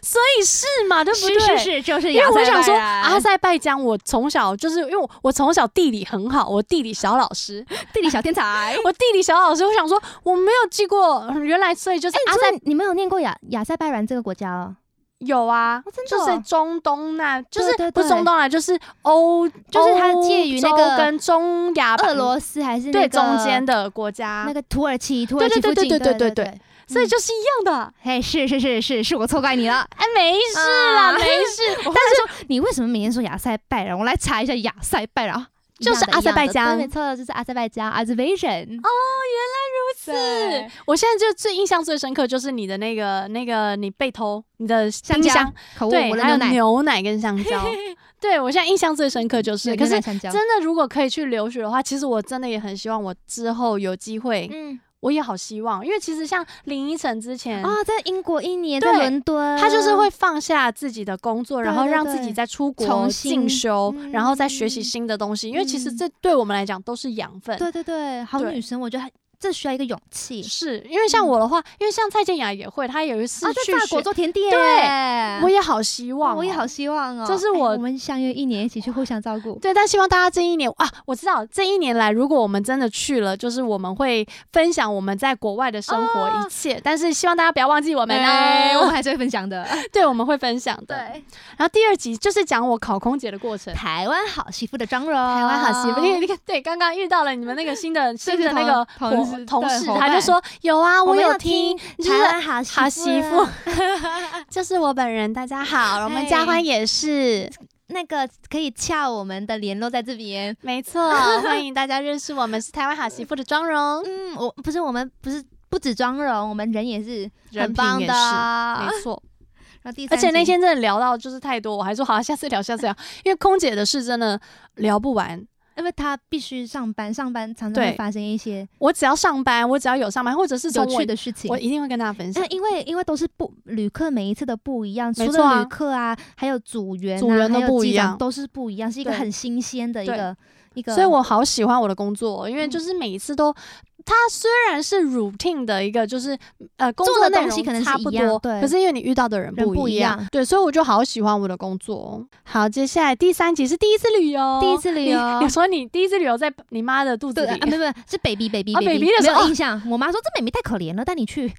A: 所以是嘛，对不对？
B: 是是是，就是
A: 因为
B: 亚塞拜
A: 我
B: 然。
A: 想说，阿塞啊拜疆，我从小就是因为我我从小地理很好，我地理小老 *laughs* 师，
B: 地理小 *laughs* 天才。
A: 我地理小老师，我想说我没有记过，原来所以就是啊
B: 哎，
A: 阿
B: 阿
A: 塞、
B: 塞，你们有念过亚亚塞拜然这个国家哦？
A: 有啊，
B: 真的
A: 就
B: 哦
A: 是中东那，就是
B: 对对
A: 不是中东啊，就是欧，
B: 就是它介于那个
A: 欧洲跟中亚吧
B: 俄罗斯还是那
A: 对
B: 个
A: 中间的国家，
B: 那个土耳其，土耳其
A: 啊对
B: 附
A: 对
B: 近，
A: 对对
B: 对
A: 对对
B: 对。
A: 所以就是一样的。
B: 嘿，是是是是，是我错怪你
A: *laughs*
B: 了。
A: 嗯哎，没事啦，
B: 啊
A: 没事， *laughs*
B: 我但是说你为什么每天说亚塞拜然？我来查一下亚塞拜然，
A: 就是阿塞拜疆
B: 一样的一样的对没错，就是阿塞拜疆 （Azerbaijan）。
A: 哦，原来如此。我现在就最印象最深刻就是你的那个那个你被偷你的
B: 香
A: 冰
B: 蕉
A: 箱，，
B: 可恶，
A: 对
B: 我，的
A: 还有
B: 牛奶，
A: 牛奶跟香
B: *laughs*
A: 蕉。对我现在印象最深刻就是，可
B: 牛奶
A: 是
B: 香蕉，
A: 真的如果可以去留学的话，其实我真的也很希望我之后有机会
B: 嗯
A: 我也好希望，因为其实像林依晨之前，
B: 啊，在英国一年，
A: 对
B: 在伦敦，
A: 他就是会放下自己的工作，
B: 对
A: 然后
B: 对
A: 让
B: 对
A: 自己再出国
B: 重新
A: 进修，然后再学习
B: 嗯
A: 新的东西。因为其实
B: 嗯
A: 这对我们来讲都是养分。
B: 对对对，好
A: 对
B: 女生，我觉得还这需要一个勇气
A: 是因为像我的话，因为像蔡健雅也会，她有一次
B: 啊，
A: 去
B: 在法
A: 学
B: 国，做甜点，
A: 对我也好希望哦、
B: 我也好希望哦，
A: 这是
B: 哎
A: 我
B: 我们相约一年一起去互相照顾，
A: 对，但希望大家这一年啊，我知道这一年来，如果我们真的去了，就是我们会分享我们在国外的生活
B: 哦
A: 一切。但是希望大家不要忘记我们
B: 哎我
A: 哦，
B: 们还是会分
A: *laughs*
B: 享的，
A: 对，我们会分享的。，然后第二集就是讲我考空姐的过程。啊
B: 台湾好媳妇的妆
A: *laughs*
B: 容，*laughs*
A: 台湾好媳妇，因为那个对，刚刚遇到了你们那个新的新
B: 是
A: 的那个
B: 同
A: 伙
B: 同是
A: 同
B: 对
A: 事，
B: 伙
A: 他就
B: 伴
A: 说有啊，
B: 我们
A: 有
B: 有听
A: 听
B: 台湾好
A: 好媳
B: 媳
A: 妇
B: 妇， *laughs*
A: 就是我本人，大家好，我们
B: 嗨
A: 嘉欢也是，
B: 那个可以撬我们的联络在这边。
A: 没错，欢迎大家认识我们是台湾好媳妇的妆容，
B: 嗯，我不是我们不是不止妆容，我们人也是很
A: 人品
B: 棒
A: 也
B: 的。
A: 是
B: 然
A: 没错。
B: 后第
A: *laughs* 而
B: 三集，
A: 且那天真的聊到就是太多，我还说好、下次聊，下次聊，因为空姐的事真的聊不完。
B: 因为他必须上班，上班常常
A: 对
B: 会发生一些
A: 我只要上班，我只要有上班，或者是
B: 有
A: 从我
B: 趣的事情
A: 我。一定会跟大家分享
B: 那。因为因为都是不旅客每一次的不一样，除
A: 没错啊
B: 了旅客啊，还有组员、啊、
A: 组员都
B: 还有
A: 不
B: 机
A: 一
B: 长
A: 样
B: 都是不一样，是一个
A: 对
B: 很新鲜的一
A: 对
B: 个一个。
A: 所以我好喜欢我的工作哦，因为
B: 嗯
A: 就是每一次都，它虽然是 routine 的一个，就是呃工
B: 做
A: 作
B: 的
A: 内
B: 东西
A: 容
B: 可能是
A: 差不
B: 一样
A: 多，
B: 对
A: 可是因为你遇到的人
B: 人不
A: 一
B: 一
A: 样
B: 样，
A: 对，所以我就好喜欢我的工作哦。好，接下来第三集是第一次旅游，
B: 第一次旅
A: 你
B: 游
A: 你说你第一次旅游在你妈的肚子
B: 对啊，没
A: 里，
B: 有没有，是
A: *laughs*
B: baby baby
A: 啊 baby 的
B: 没
A: 时候
B: 有印象。我妈说这妹妹太可怜了，带你
A: *laughs*
B: 去。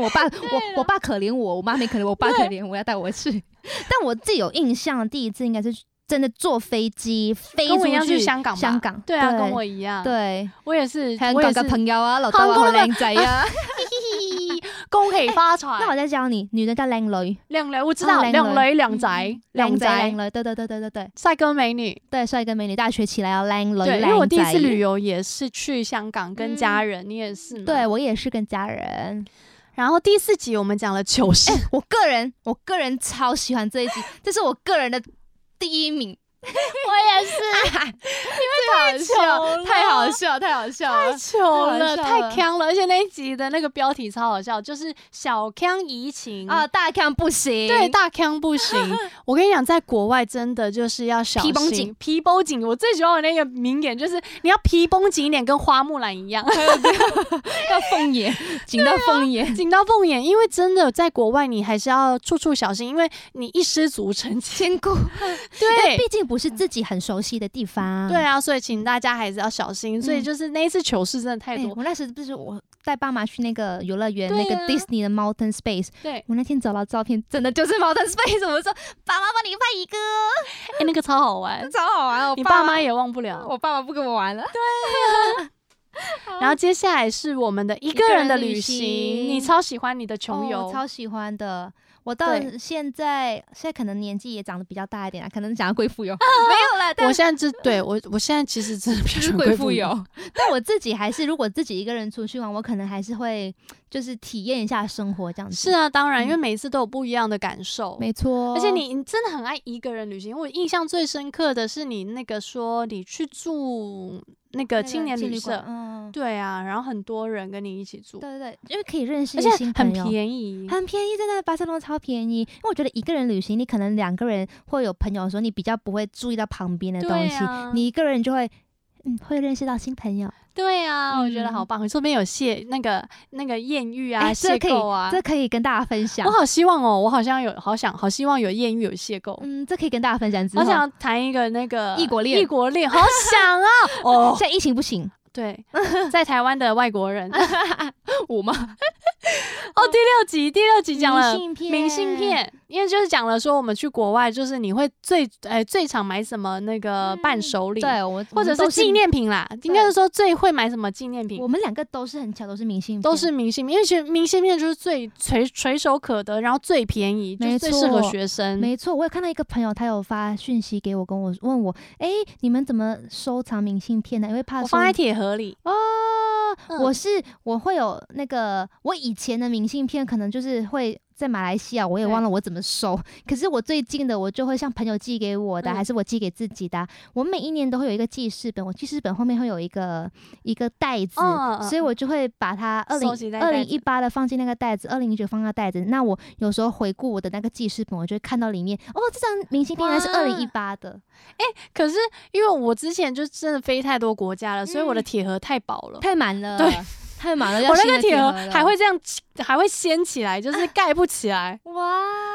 B: 我爸我我爸可怜我，我妈没可怜我，我爸可怜我，要带我去。但我自己有印象，第一次应该是真的坐飞机飞
A: 跟
B: 出
A: 我一样去
B: 去
A: 香港吧，
B: 香港
A: 对啊，
B: 对
A: 跟我一样，，
B: 对，
A: 我也是，
B: 香
A: 我也
B: 港
A: 是
B: 的朋友啊，老豆啊，
A: 韓國
B: 好
A: 人
B: 靓仔啊。
A: *laughs* 恭喜发财
B: *laughs* 那，我再教你，女人叫靓女，
A: 靓女我知
B: 哦
A: 道，
B: 靚女
A: 靓女靓仔靓
B: 仔
A: 仔
B: 靓女，对对对对对对
A: 帅哥美女，
B: 对，帅哥美女，大家学起来要靓女
A: 对，
B: 靓
A: 因
B: 仔。
A: 为我第一次旅游也是去香港跟家人，你也是吗？
B: 对我也是跟家人。
A: 然后第四集我们讲了糗事，
B: 我个人，我个人超喜欢这一 *laughs* 集，这是我个人的第一 *laughs* 名。
A: 我也是，
B: *laughs*
A: 哎 *laughs*
B: 太好笑，太好笑，太好笑了！
A: 糗
B: 太好
A: 了，
B: 笑
A: 太
B: 了
A: 坑了，而且那一集的那个标题超好笑，就是小坑怡情
B: 啊，。大看不行，
A: 对，大坑不 *laughs* 行。我跟你讲，在国外真的就是要小
B: 皮
A: 心。
B: 绷紧，
A: 皮绷紧。我最喜欢我那个名言就是，你要皮绷紧一点，跟花木兰一样。
B: 到凤眼，紧到凤
A: *laughs*
B: 眼。
A: 紧到凤眼，因为真的在国外，你还是要处处小心，因为你一失足成千。
B: 千古，
A: *laughs* 对
B: *laughs* 毕竟不是自己很熟悉的地方。
A: 对啊，所以请大家还是要小心。所以
B: 嗯
A: 就是那一次糗事真的太
B: 哎，
A: 多。
B: 我那时不是我带爸妈去那个游乐园，
A: 对
B: 那个
A: 啊
B: Disney 的 Mountain Space，
A: 对，
B: 我那天找到照片，真的就是 Mountain Space。我说爸妈帮你拍一个，
A: 哎、那个超好玩，
B: 超好啊玩。我
A: 你爸妈
B: 妈，
A: 也忘不了。
B: 我爸妈不跟我玩了。
A: 然后接下来是我们的一个
B: 个
A: 人
B: 人
A: 的
B: 旅
A: 旅行，
B: 行
A: 你超喜欢你的穷游，
B: 哦我超喜欢的。我到
A: 对
B: 现在，现在可能年纪也长得比较大一点了，可能想要
A: *laughs*
B: 贵妇游，没有啦，但嗯
A: 我现在是对我，我现在其实真的比较喜
B: 是
A: 欢
B: 贵
A: 贵
B: 妇
A: 妇游。
B: 游。 *laughs* 但我自己还是，如果自己一个人出去玩，我可能还是会就是体验一下生活这样子。
A: 是，啊，当然，因为
B: 嗯
A: 每一次都有不一样的感受。
B: 没错。哦
A: 而且你你真的很爱一个人旅行。我印象最深刻的是你那个说你去住那
B: 那
A: 个
B: 个
A: 青年
B: 青
A: 旅
B: 馆
A: 社，
B: 嗯，
A: 对啊，然后很多人跟你一起住，
B: 对对对，因为可以认识
A: 而
B: 一
A: 且
B: 些新
A: 很
B: 朋友。
A: 便宜。
B: 很便宜，真的巴塞罗那超便宜。因为我觉得一个人旅行，你可能两个人或有朋友的时候，你比较不会注意到旁边的东
A: 对
B: 西，
A: 啊，
B: 你一个人就会嗯会认识到新朋友。
A: 对啊，我觉得
B: 嗯
A: 好棒。你这边有邂那个那个艳遇啊，
B: 哎，
A: 邂
B: 这可以
A: 逅啊，
B: 这可以跟大家分享
A: 我。好希望哦，我好像有好想好希望有艳遇有邂逅，
B: 嗯，这可以跟大家分享之
A: 好
B: 后。
A: 想谈一个那个
B: 异国恋
A: 异国恋好想
B: *laughs*
A: 啊！哦，
B: 现在疫情不行，
A: 对，在台湾的外国
B: *laughs*
A: 人哦，
B: 我吗？
A: 第六集第六集讲了
B: 明。信片，
A: 明信，片，因为就是讲了说我们去国外，就是你会最呃最常买什么那个
B: 嗯
A: 伴手礼，
B: 对，我
A: 或者是纪。念品啦，应该是说最会买什么纪念
B: 我们都
A: 品
B: 我，们两个都是很巧，都是明信片，
A: 都是明信片，因为其实明信片就是最垂垂手可得，然后最便宜，就是
B: 没
A: 最适合
B: 错
A: 学生。
B: 没错。我有看到一个朋友，他有发讯息给我，跟我问我，哎，你们怎么收藏明信片呢？因为怕
A: 我
B: 收
A: 放在铁盒里，
B: 哦，
A: 嗯
B: 我是我会有那个，我以前的明信片可能就是会在马来西亚，我也
A: 对
B: 忘了我怎么收。可是我最近的，我就会像朋友寄给我的，
A: 嗯
B: 还是我寄给自己的啊、我每一年都会有一个记事本，我记事本后面会有一个一个袋子。
A: 嗯
B: 所以我就会把它二零
A: 收集在
B: 二
A: 袋
B: 零
A: 子
B: 一八的放进那个袋子，二零一九放到袋子。那我有时候回顾我的那个记事本，我就会看到里面哦，这张明信片原来是
A: 哇
B: 二零一八的，
A: 可是因为我之前就真的飞太多国家了，所以我的铁盒太薄了。
B: 嗯太满了，
A: 对，
B: 太满了。要
A: 我那
B: 新
A: 个
B: 的
A: 铁盒
B: 了啊
A: 还会这样起，还会掀起来，就是盖不起来。
B: 哇，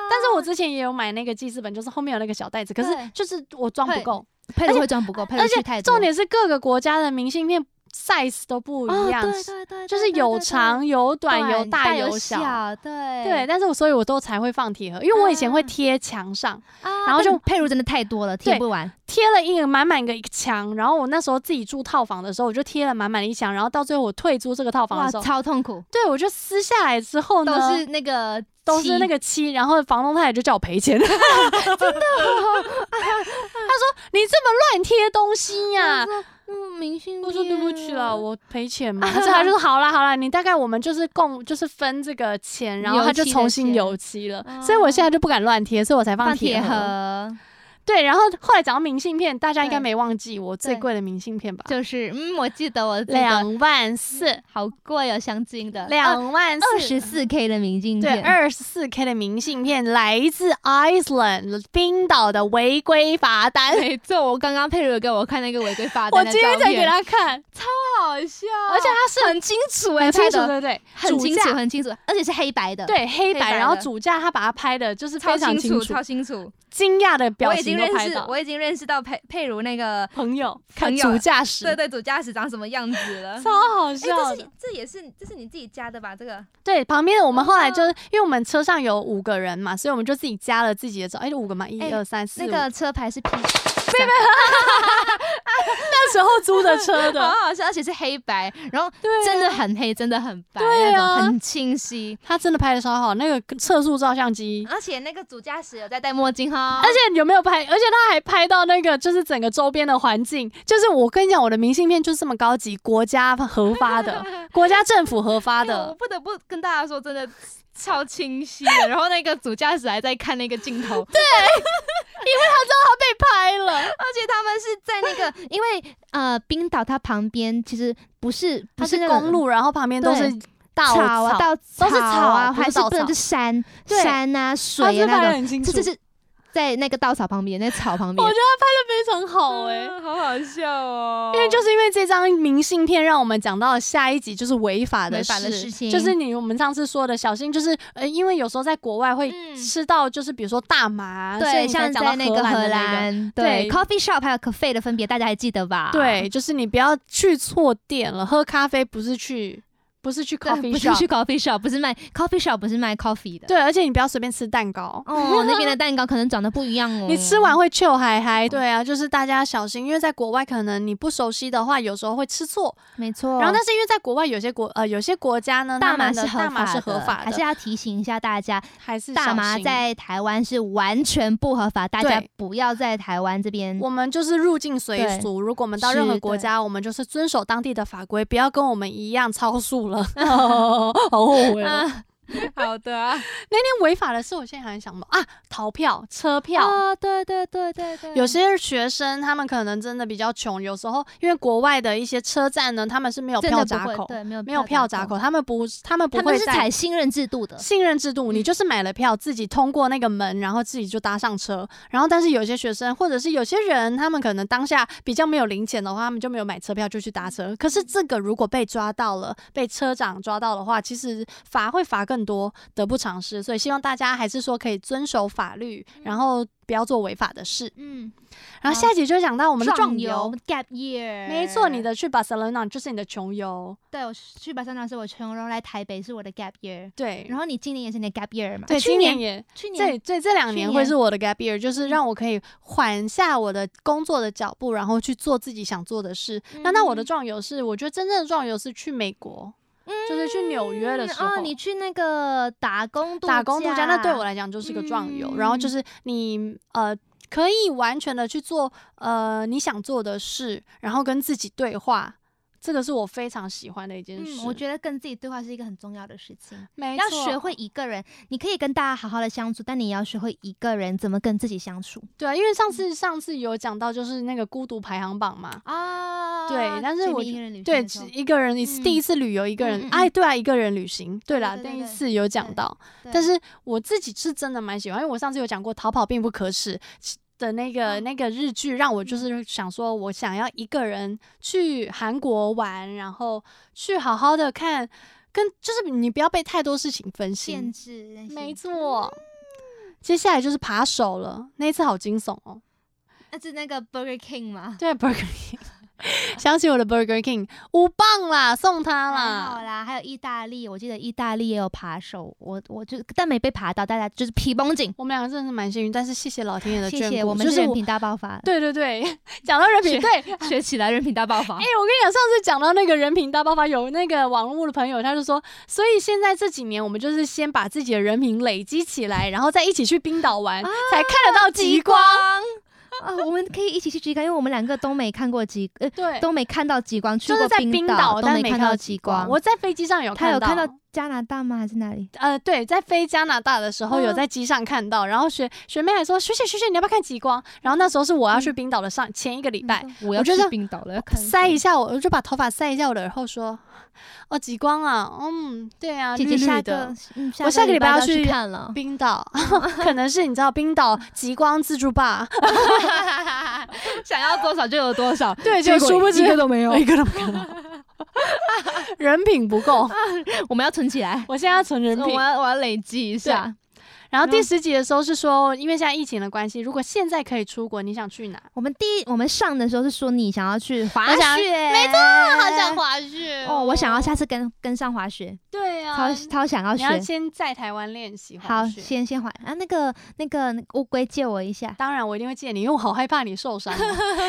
A: 但是我之前也有买那个记事本，就是后面有那个小袋子，可是
B: 对
A: 就是我装不够。
B: 配的会装不够，配
A: 而
B: 的
A: 且
B: 去太多。
A: 重点是各个国家的明信片 size 都不一样，
B: 啊对对对，
A: 就是有长有短，有大
B: 有
A: 小。
B: 对
A: 对，但是我所以我都才会放铁盒，因为我以前会
B: 嗯
A: 贴墙上，
B: 啊
A: 然后就
B: 但配入真的太多了，贴
A: 对
B: 不完。
A: 贴了一个满满的一个墙，然后我那时候自己住套房的时候，我就贴了满满的一墙，然后到最后我退租这个套房
B: 哇，
A: 的时候，
B: 超痛苦，
A: 对我就撕下来之后呢，
B: 都是那个
A: 都是那
B: 个
A: 个漆，然后房东太太就叫我赔钱， *laughs* 真的，他说你这么乱贴东西呀、
B: 嗯明星，
A: 我说对不起啦，我赔钱 *laughs* 嘛。所以他就说好啦好啦，你大概我们就是共就是分这个钱，然后他就重新油漆了
B: 钱。
A: 所以我现在就不敢乱贴，所以我才
B: 放
A: 铁
B: 铁。盒，
A: 对，然后后来讲到明信片，大家应该
B: 对
A: 没忘记我最
B: 对
A: 贵的明信片吧？
B: 就是嗯，我记得我记得
A: 两万四，
B: 好贵哦，香精的
A: 两万四
B: 二十四 K 的明镜
A: 对，
B: 片，
A: 二十四 K 的明信片来自 Iceland 冰岛的违规罚单，
B: *laughs* 没错，我刚刚佩如给我看那个违规罚
A: 我
B: 单的
A: 今天
B: 照
A: 才给
B: 片，
A: 他看，
B: 好笑，
A: 而且他是
B: 很清楚哎，
A: 很清
B: 拍
A: 楚
B: 的
A: 对对，
B: 很
A: 主
B: 清
A: 驾
B: 楚，很清楚，而且是黑白的，，
A: 对黑
B: 黑白
A: 白，
B: 的
A: 然后主驾他把他拍的就是非
B: 超
A: 常
B: 清
A: 清楚，
B: 超清楚。
A: 惊讶的表
B: 我已
A: 情
B: 经
A: 都
B: 认
A: 拍
B: 识
A: 到，。
B: 我已经认识到佩佩如那个
A: 朋友看
B: 朋友
A: 主驾
B: 对
A: 驶，
B: 对主驾驶长什么样子了。
A: 超好
B: 哎，这
A: 笑的
B: 是你。这也是这是你自己加的吧？这个
A: 对，旁边我们后来
B: 嗯
A: 就是因为我们车上有五个人嘛，所以我们就自己加了自己的照，哎，五个嘛，一
B: 哎
A: 二三四
B: 那
A: 五，
B: 个车牌是 P，
A: 那时候租的车
B: 好
A: 的，
B: 好哦笑，而且是黑白，然后
A: 对啊
B: 真的很黑，真的很白，
A: 对啊
B: 那种很清晰。
A: *laughs* 他真的拍的超好，那个测速照相机，
B: 而且那个主驾驶有在戴墨镜哦哈
A: 而，且有没有拍？而且他还拍到那个，就是整个周边的环境。就是我跟你讲，我的明信片就是这么高级，国家核发
B: *laughs*
A: 的，国家政府核发
B: 哎我
A: 的。
B: 不得不跟大家说，真的超清晰的。然后那个主驾驶还在看那个镜头，
A: 他被拍了，
B: 而且他们是在那 *laughs* 个，因为呃，冰岛它旁边其实不是不
A: 它
B: 是
A: 是
B: 那种
A: 公路，然后旁边都是稻
B: 草啊，稻
A: 都是草
B: 啊，
A: 不
B: 还
A: 是
B: 是
A: 稻
B: 不能
A: 草
B: 是山
A: 对
B: 山啊水
A: 他
B: 啊
A: 是拍
B: 那
A: 的
B: 种，
A: 很清楚。
B: 这 *laughs* 就是在那个稻草旁边，那草旁边
A: 我觉。得他拍的非常好哎、
B: 嗯好好笑哦！
A: 因为就是因为这张明信片，让我们讲到了下一集就是违法的
B: 违法的事情
A: 就是你我们上次说的小心，就是呃，因为有时候在国外会
B: 嗯
A: 吃到，就是比如说大麻，所以
B: 对，
A: 你才
B: 像
A: 讲
B: 在
A: 到
B: 那
A: 荷
B: 个
A: 兰
B: 荷
A: 的那个
B: 兰，
A: 对
B: 对 coffee shop 还有 cafe 的分别，大家还记得吧？
A: 对，就是你不要去错店了。喝咖啡不是去，不是去
B: 对，
A: coffee
B: 不是
A: shop，
B: 去 coffee shop，不是卖 coffee shop，不是卖 coffee 的。
A: 对，而且你不要随便吃蛋糕。
B: 哦，那边的蛋糕可能长得不一样哦。
A: 你吃完会臭嗨嗨，对啊，就是大家小心，因为在国外可能你不熟悉的话，有时候会吃错。
B: 没错，
A: 然后，但是因为在国外有些国呃有些国家呢，
B: 大
A: 他
B: 麻
A: 们
B: 是
A: 的
B: 合
A: 大麻是合
B: 法
A: 法
B: 的，还是
A: 的，
B: 要提醒一下大家，
A: 还是
B: 大
A: 小
B: 麻
A: 心
B: 在台湾是完全不合法，大家
A: 对
B: 不要在台湾这边。
A: 我们就是入境随
B: 对
A: 俗。如果我们到任
B: 是
A: 何国
B: 对
A: 家，我们就是遵守当地的法规，不要跟我们一样超速
B: *laughs*
A: 了。好后悔哦。
B: 啊， *laughs* 好的啊，
A: 那天违法的事，我现在还想不到啊，逃票、车票。
B: 哦，对对对对对，
A: 有些学生他们可能真的比较穷，有时候因为国外的一些车站呢，他们是没有
B: 真的
A: 哦票
B: 不
A: 闸
B: 会
A: 口，
B: 对，没有
A: 没有票闸口，，他们不，他们不
B: 他们
A: 会
B: 是
A: 在
B: 采信任制度的，嗯
A: 信任制度，你就是买了票，自己通过那个门，然后自己就搭上车。然后，但是有些学生或者是有些人，他们可能当下比较没有零钱的话，他们就没有买车票就去搭车。可是这个如果被抓到了，被车长抓到的话，其实罚会罚更多，得不偿失。所以希望大家还是说可以遵守法律，然后不要做违法的事。
B: 嗯，
A: 然后下一集就讲到我
B: 我
A: 们的壮游，
B: gap year，
A: 没错，你的去 Barcelona 就是你的穷游，
B: 对我去巴塞罗那是我穷游，来台北是我的 gap year，
A: 对，
B: 然后你今年也是你的 gap year 嘛？
A: 对，
B: 啊去
A: 今年
B: 年
A: 也
B: 去
A: 这
B: 年
A: 这这两
B: 去
A: 年
B: 年
A: 会是我的 gap year，就是
B: 嗯
A: 让我可以缓下我的工作的脚步，然后去做自己想做的事。那那我的
B: 嗯
A: 壮游是，我觉得真正的壮游是去美国，就是去纽约的
B: 嗯
A: 时候。
B: 哦，你去那个打工度
A: 打工度假，那对我来讲就是个壮游。然后就
B: 嗯
A: 是你呃，可以完全的去做呃你想做的事，然后跟自己对话，这个是我非常喜欢的一件事。
B: 嗯，我觉得跟自己对话是一个很重要的事情，
A: 没
B: 要
A: 错
B: 学会一个人，你可以跟大家好好的相处，但你也要学会一个人怎么跟自己相处
A: 对啊，因为上
B: 嗯
A: 次上次有讲到就是那个孤独排行榜嘛，
B: 啊
A: 对但是
B: 前
A: 我
B: 面一
A: 觉
B: 个人旅行
A: 对，
B: 的时
A: 只
B: 候
A: 一个人，你是第一次旅游，一个人
B: 嗯嗯，嗯
A: 哎，对啊，一个人旅行，对啦，
B: 对对
A: 那
B: 对
A: 一
B: 对
A: 次有讲
B: 对
A: 到，
B: 对
A: 但是我自己是真的蛮喜欢，因为我上次有讲过《逃跑并不可耻》的那个
B: 嗯
A: 那个日剧，让我就是想说，我想要一个人去韩国玩，然后去好好的看，跟就是你不要被太多事情分心，
B: 限制嗯那些，
A: 没错。接下来就是扒手了，那一次好惊悚哦。啊
B: 那是那个 Burger King 吗？ *laughs*
A: 对，Burger King，想起我的 Burger King，五磅啦，送他
B: 还好
A: 啦。
B: 啦，还有意大利，我记得意大利也有扒手，我我就但没被爬到，大家就是皮绷紧。
A: 我们两个真的是蛮幸运，但是谢谢老天爷的
B: 谢
A: 眷
B: 谢，
A: 顾，
B: 我们
A: 就是是
B: 人
A: 我
B: 品大爆发，
A: 对对对，讲到人品， *laughs* 对，哎、
B: *laughs*
A: 哎
B: 学起来人品大爆发。
A: 我跟你讲，上次讲到那个人品大爆发，有那个网络的朋友，他就说，所以现在这几年，我们就是先把自己的人品累积起来，然后再一起去冰岛玩，才看得到极光。
B: 啊，我们可以一起去极光，因为我们两个都没看过极，呃，
A: 对，
B: 都没看到极光，去
A: 就是
B: 过
A: 在
B: 冰
A: 岛，
B: 都
A: 但
B: 没
A: 没
B: 看
A: 到
B: 极光。
A: 我在飞机上有
B: 他
A: 看
B: 有
A: 到，
B: 看到加拿大吗？还是哪里？
A: 呃，对，在飞加拿大的时候
B: 嗯
A: 有在机上看到，然后学学妹还说学姐学姐你要不要看极光？然后那时候是我要去
B: 嗯
A: 冰岛的上前一个礼
B: 你
A: 拜，
B: 嗯说，我
A: 我就这样
B: 冰岛了，要
A: 塞一下我，我就把头发塞一下我的耳后说，哦极光啊，嗯对啊，
B: 姐
A: 绿
B: 姐
A: 绿
B: 下
A: 的
B: 个，嗯，
A: 我下个礼拜
B: 拜
A: 要
B: 要去
A: 去 *laughs*
B: 看了。
A: 冰岛，可能是你知道冰岛极光自助吧？
B: 想要多少就有多少，
A: *laughs* 对，
B: 结
A: 就
B: 果
A: 殊不知
B: 一个都没有
A: 一个都没有， *laughs* 人品不够，
B: 我们要存起来，
A: *laughs* 我现在要存人
B: 我
A: 品。
B: 要我要累积一下。
A: 然后第十集的时候是说，因为现在疫情的关系，如果现在可以出国，你想去哪？
B: 我们第一我们上的时候是说你想要去滑
A: 我想
B: 雪，
A: 没
B: 错，好
A: 滑雪
B: 哦，我想要下次跟跟上滑雪，
A: 对啊，
B: 超超想要
A: 你要
B: 学。
A: 先在台湾练习滑
B: 好，
A: 雪。
B: 先先滑啊，那个那个乌龟借我一下。
A: 当然，我一定会借你，因为我好害怕你受
B: *laughs*
A: 伤哦。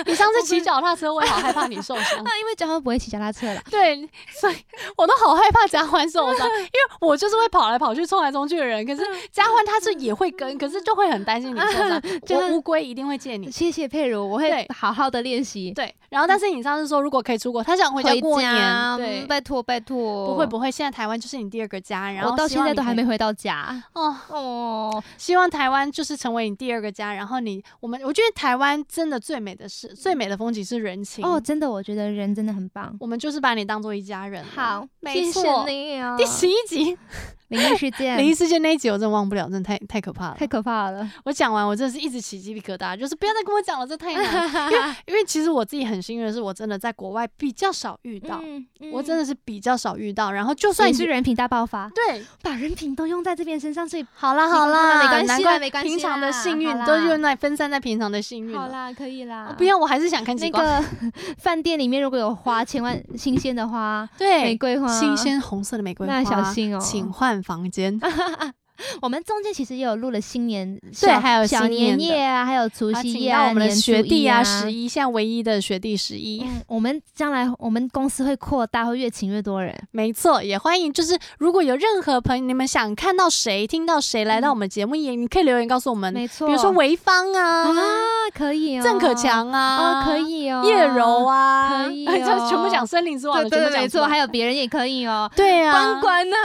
A: 你上次骑脚踏车，我也好害怕你受伤。
B: 那因为交通不会骑脚踏车了，。
A: 对，所以我都好害怕嘉欢受伤，因为我就是会跑来跑去、冲来冲去的人。可是嘉欢他是也会跟，可是就会很担心你受伤
B: *laughs* 就
A: 我乌龟一定会借你。
B: 谢谢佩如，我会
A: 对
B: 好好的练习。
A: 对，然后但是你上次说，如果可以出国，他想回家过
B: 家
A: 年，对
B: 嗯。拜托拜托，
A: 不会不会，现在台湾就是你第二个家，然后
B: 我到
A: 希
B: 现
A: 望
B: 在
A: 你
B: 都还
A: 可以
B: 没回到家。
A: 哦，
B: 哦，
A: 希望台湾就是成为你第二个家，然后你我们我觉得台湾真的最美的是最美的风景是人情
B: 哦，，真的，我觉得人真的很棒。
A: 我们就是把你当做一家人了。
B: 好，
A: 没
B: 谢谢
A: 错嗯
B: 你哦。
A: 第十一集
B: 灵异事
A: 《
B: 件，
A: 灵异事件》那一集我真的忘不了，真的太太可怕了
B: 太。可怕了。
A: 我讲完我真的是一直起鸡皮疙瘩，就是不要再跟我讲了，这太难。因为因为其实我自己很幸运的是，我真的在国外比较少遇到，
B: 嗯，
A: 我真
B: 的
A: 的是比较少遇到。然后就算
B: 你是人品大爆发，
A: 对，
B: 把人品都用在这边身上，所以
A: 好啦好
B: 没
A: 啦，
B: 关系啦
A: 难怪
B: 没关系啦
A: 平常的幸
B: 好
A: 运
B: 啦
A: 都用在分散在平常的幸运了。
B: 好啦，可以啦
A: 哦，。不要，我还是想看极
B: 那
A: 光。
B: 个饭店里面如果有花，千万新鲜的花，玫
A: 对，
B: 瑰花，
A: 新。鲜红色的玫瑰花，
B: 那小心哦
A: 请换房间。
B: 我们中间其实也有录了新年，
A: 对
B: 小
A: 还有
B: 小
A: 新年
B: 年
A: 的
B: 夜啊，还有除
A: 好
B: 夕
A: 请
B: 夜
A: 到
B: 啊，
A: 我们的
B: 年
A: 学
B: 初
A: 弟
B: 一
A: 啊，
B: 啊，
A: 十一，现在唯一的学弟十一，
B: 嗯我们将来我们公司会扩大，会越请越多人。
A: *laughs* 没错，也欢迎。就是如果有任何朋友，你们想看到谁、听到谁来到我们节目，也你可以留言告诉我们。
B: 嗯没错，
A: 嗯比如说潍坊啊、
B: 啊，可以
A: *laughs*
B: 哦，
A: 郑可强
B: 哦，
A: 啊，
B: 可、以哦，
A: 叶柔，啊， *laughs*
B: 可以
A: 就
B: 哦
A: 全部讲森林之王的，
B: 对
A: 全
B: 对对，
A: 部讲
B: 没
A: 出
B: 错，
A: 来。
B: 还有别人也可以哦。
A: *laughs* 对啊，
B: *laughs* 关关呢？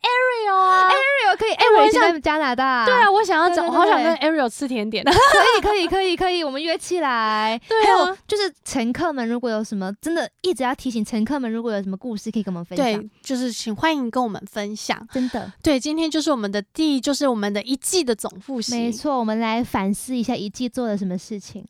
A: Ariel 啊，
B: 对，我可以， *laughs* 哎，
A: 我
B: 我
A: 很
B: 也是
A: 想
B: 在加拿大，
A: 对啊，我想要
B: 对
A: 找，
B: 对
A: 我好想跟
B: 对
A: Ariel 吃甜
B: *laughs*
A: 点。
B: 可以，可以，可以，可以，我们约起 *laughs* 来。
A: 对
B: 还
A: 啊
B: 有就是乘客们，如果有什么真的一直要提醒乘客们，如果有什么故事可以跟我们分享，
A: 对，就是请欢迎跟我们分享。
B: 真 *laughs* 的
A: 对，今天就是我们的第，就是我们的一季的总复
B: 没
A: 习，
B: 错，我们来反思一下一季做了什么事情。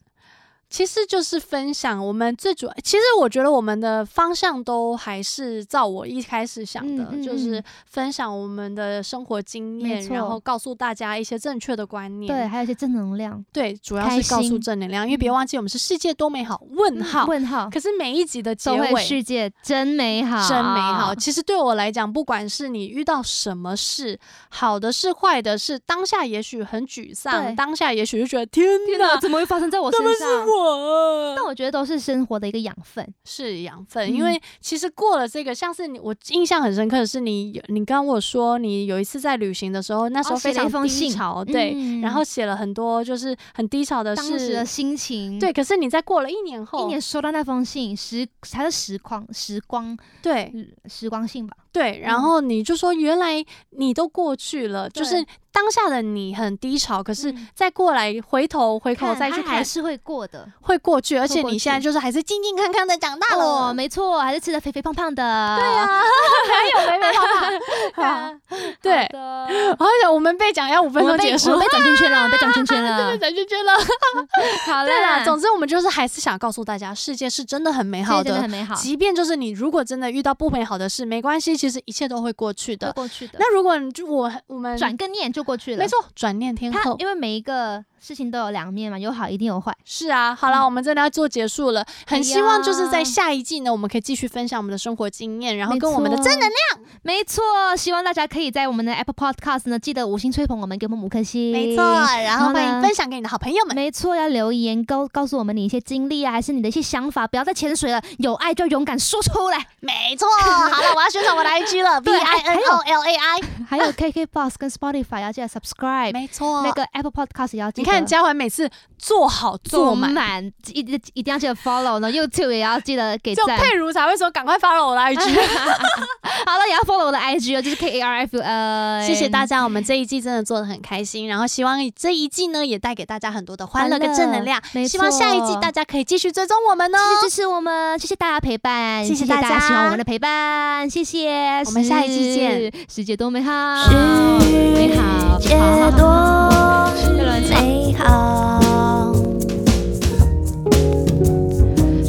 A: 其实就是分享我们最主要。其实我觉得我们的方向都还是照我一开始想的，
B: 嗯嗯
A: 就是分享我们的生活经
B: 没
A: 验，
B: 错
A: 然后告诉大家一些正确的观念。
B: 对，还有一些正能量。
A: 对主要
B: 开
A: 是告诉
B: 心
A: 正能量，因为别
B: 嗯
A: 忘记我们是世界多美好问号。
B: 问号，
A: 可是每一集的结
B: 总会啊
A: 尾
B: 世界真美好，
A: 真美好。其实对我来讲，不管是你遇到什么事，好的事、坏的事，当下也许很沮
B: 对
A: 丧，当下也许就觉得天
B: 天哪，
A: 哪，
B: 怎么会发生在我
A: 怎
B: 身
A: 么是
B: 上？
A: 我啊
B: 但？我觉得都是生活的一个养分。
A: 是养分，
B: 嗯
A: 因为其实过了这个，像是你，我印象很深刻的是你有，你刚我说你有一次在旅行的时候，那时候
B: 哦写
A: 非
B: 了一
A: 常
B: 封
A: 低
B: 信
A: 潮，对，
B: 嗯
A: 然后写了很多就是很低潮的
B: 当时
A: 事，
B: 的心情，
A: 对。可是你在过了一年后，
B: 一年收到那封信，时还是时光时光
A: 对
B: 嗯时光信吧，
A: 对，
B: 嗯
A: 然后你就说原来你都过去了，就是
B: 对
A: 当下的你很低潮，可是
B: 嗯
A: 再过来回头回头
B: 看
A: 再
B: 它
A: 去
B: 还
A: 看，
B: 是会过的。
A: 会过去，而且
B: 过
A: 你现在
B: 去
A: 就是还是健健康康的长大
B: 哦，
A: 了。
B: 没错，还是吃的肥肥胖胖的。对 *laughs*
A: 啊，还有没没 *laughs*
B: 啊，
A: 办法。对，
B: 的，
A: 而且我们被讲要五分
B: 我
A: 钟
B: 们被
A: 结
B: 我
A: 束
B: 们，被转圈圈了，我们被转圈圈 *laughs* 了。
A: 转圈圈了。
B: 嗯好
A: 对啦，
B: 啦，
A: 总之我们就是还是想告诉大家，世界是真的很美
B: 世
A: 好
B: 界真的
A: 的
B: 很。美好，
A: 即便就是你如果真的遇到不美好的事，没关系，其实一切都会过去
B: 会
A: 的。
B: 过去的。嗯
A: 那如果你就我我们
B: 转个念就过去了，
A: 没错，转念天
B: 它
A: 后，
B: 因为每一个事情都有两面嘛，有好一定有坏。
A: 是啊，好啦，
B: 嗯
A: 我们真的要做结束了，
B: 哎
A: 很
B: 呀
A: 希望就是在下一季呢，我们可以继续分享我们的生活经验，然后跟我们的真
B: 能量。没错，希望大家可以在我们的 Apple Podcast 呢，记得五星吹捧我们，给我们五颗星。
A: 没错，然后
B: 呢
A: 欢迎分享给你的好朋友们。
B: 没错，要留言告告诉我们你一些经历啊，还是你的一些想法，不要再潜水了，有爱就勇敢说出来。
A: 没错，好了，我要宣传我的 IG
B: *laughs*
A: 了，V
B: 对
A: I
B: 还
A: N O L A I。
B: *laughs* 还有 KK Box 跟 Spotify 要记得 subscribe，
A: 没错，
B: 那个 Apple Podcast 也要记
A: 你
B: 得。
A: 看嘉环每次做好
B: 做
A: 满，
B: 满，一一 *laughs* 一定要记得 follow 呢，YouTube 也要记得给
A: 就
B: 哎赞。
A: 佩如才会说赶快 follow 我的
B: *laughs*
A: IG。
B: 好了，也要 follow 我的 IG 哦，就是 K A R F 呃 N。
A: 谢谢大家，我们这一季真的做的很开心，然后希望这一季呢也带给大家很多的欢乐跟正能量。
B: 没错
A: 希望下一季大家可以继续追踪我们哦。
B: 继续支持我们，谢谢大家陪伴，
A: 谢谢
B: 谢大
A: 大家
B: 喜欢我们的陪伴，谢谢。
A: 我们下一季见，
B: 世界多美好，
C: 世
B: 美好，
C: 界
B: 好好好
C: 多
B: 又乱唱
C: 美
B: *laughs*
C: 好，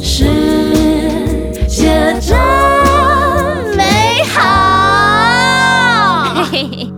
C: 世
B: 哎
C: 界真美好。嘿嘿嘿。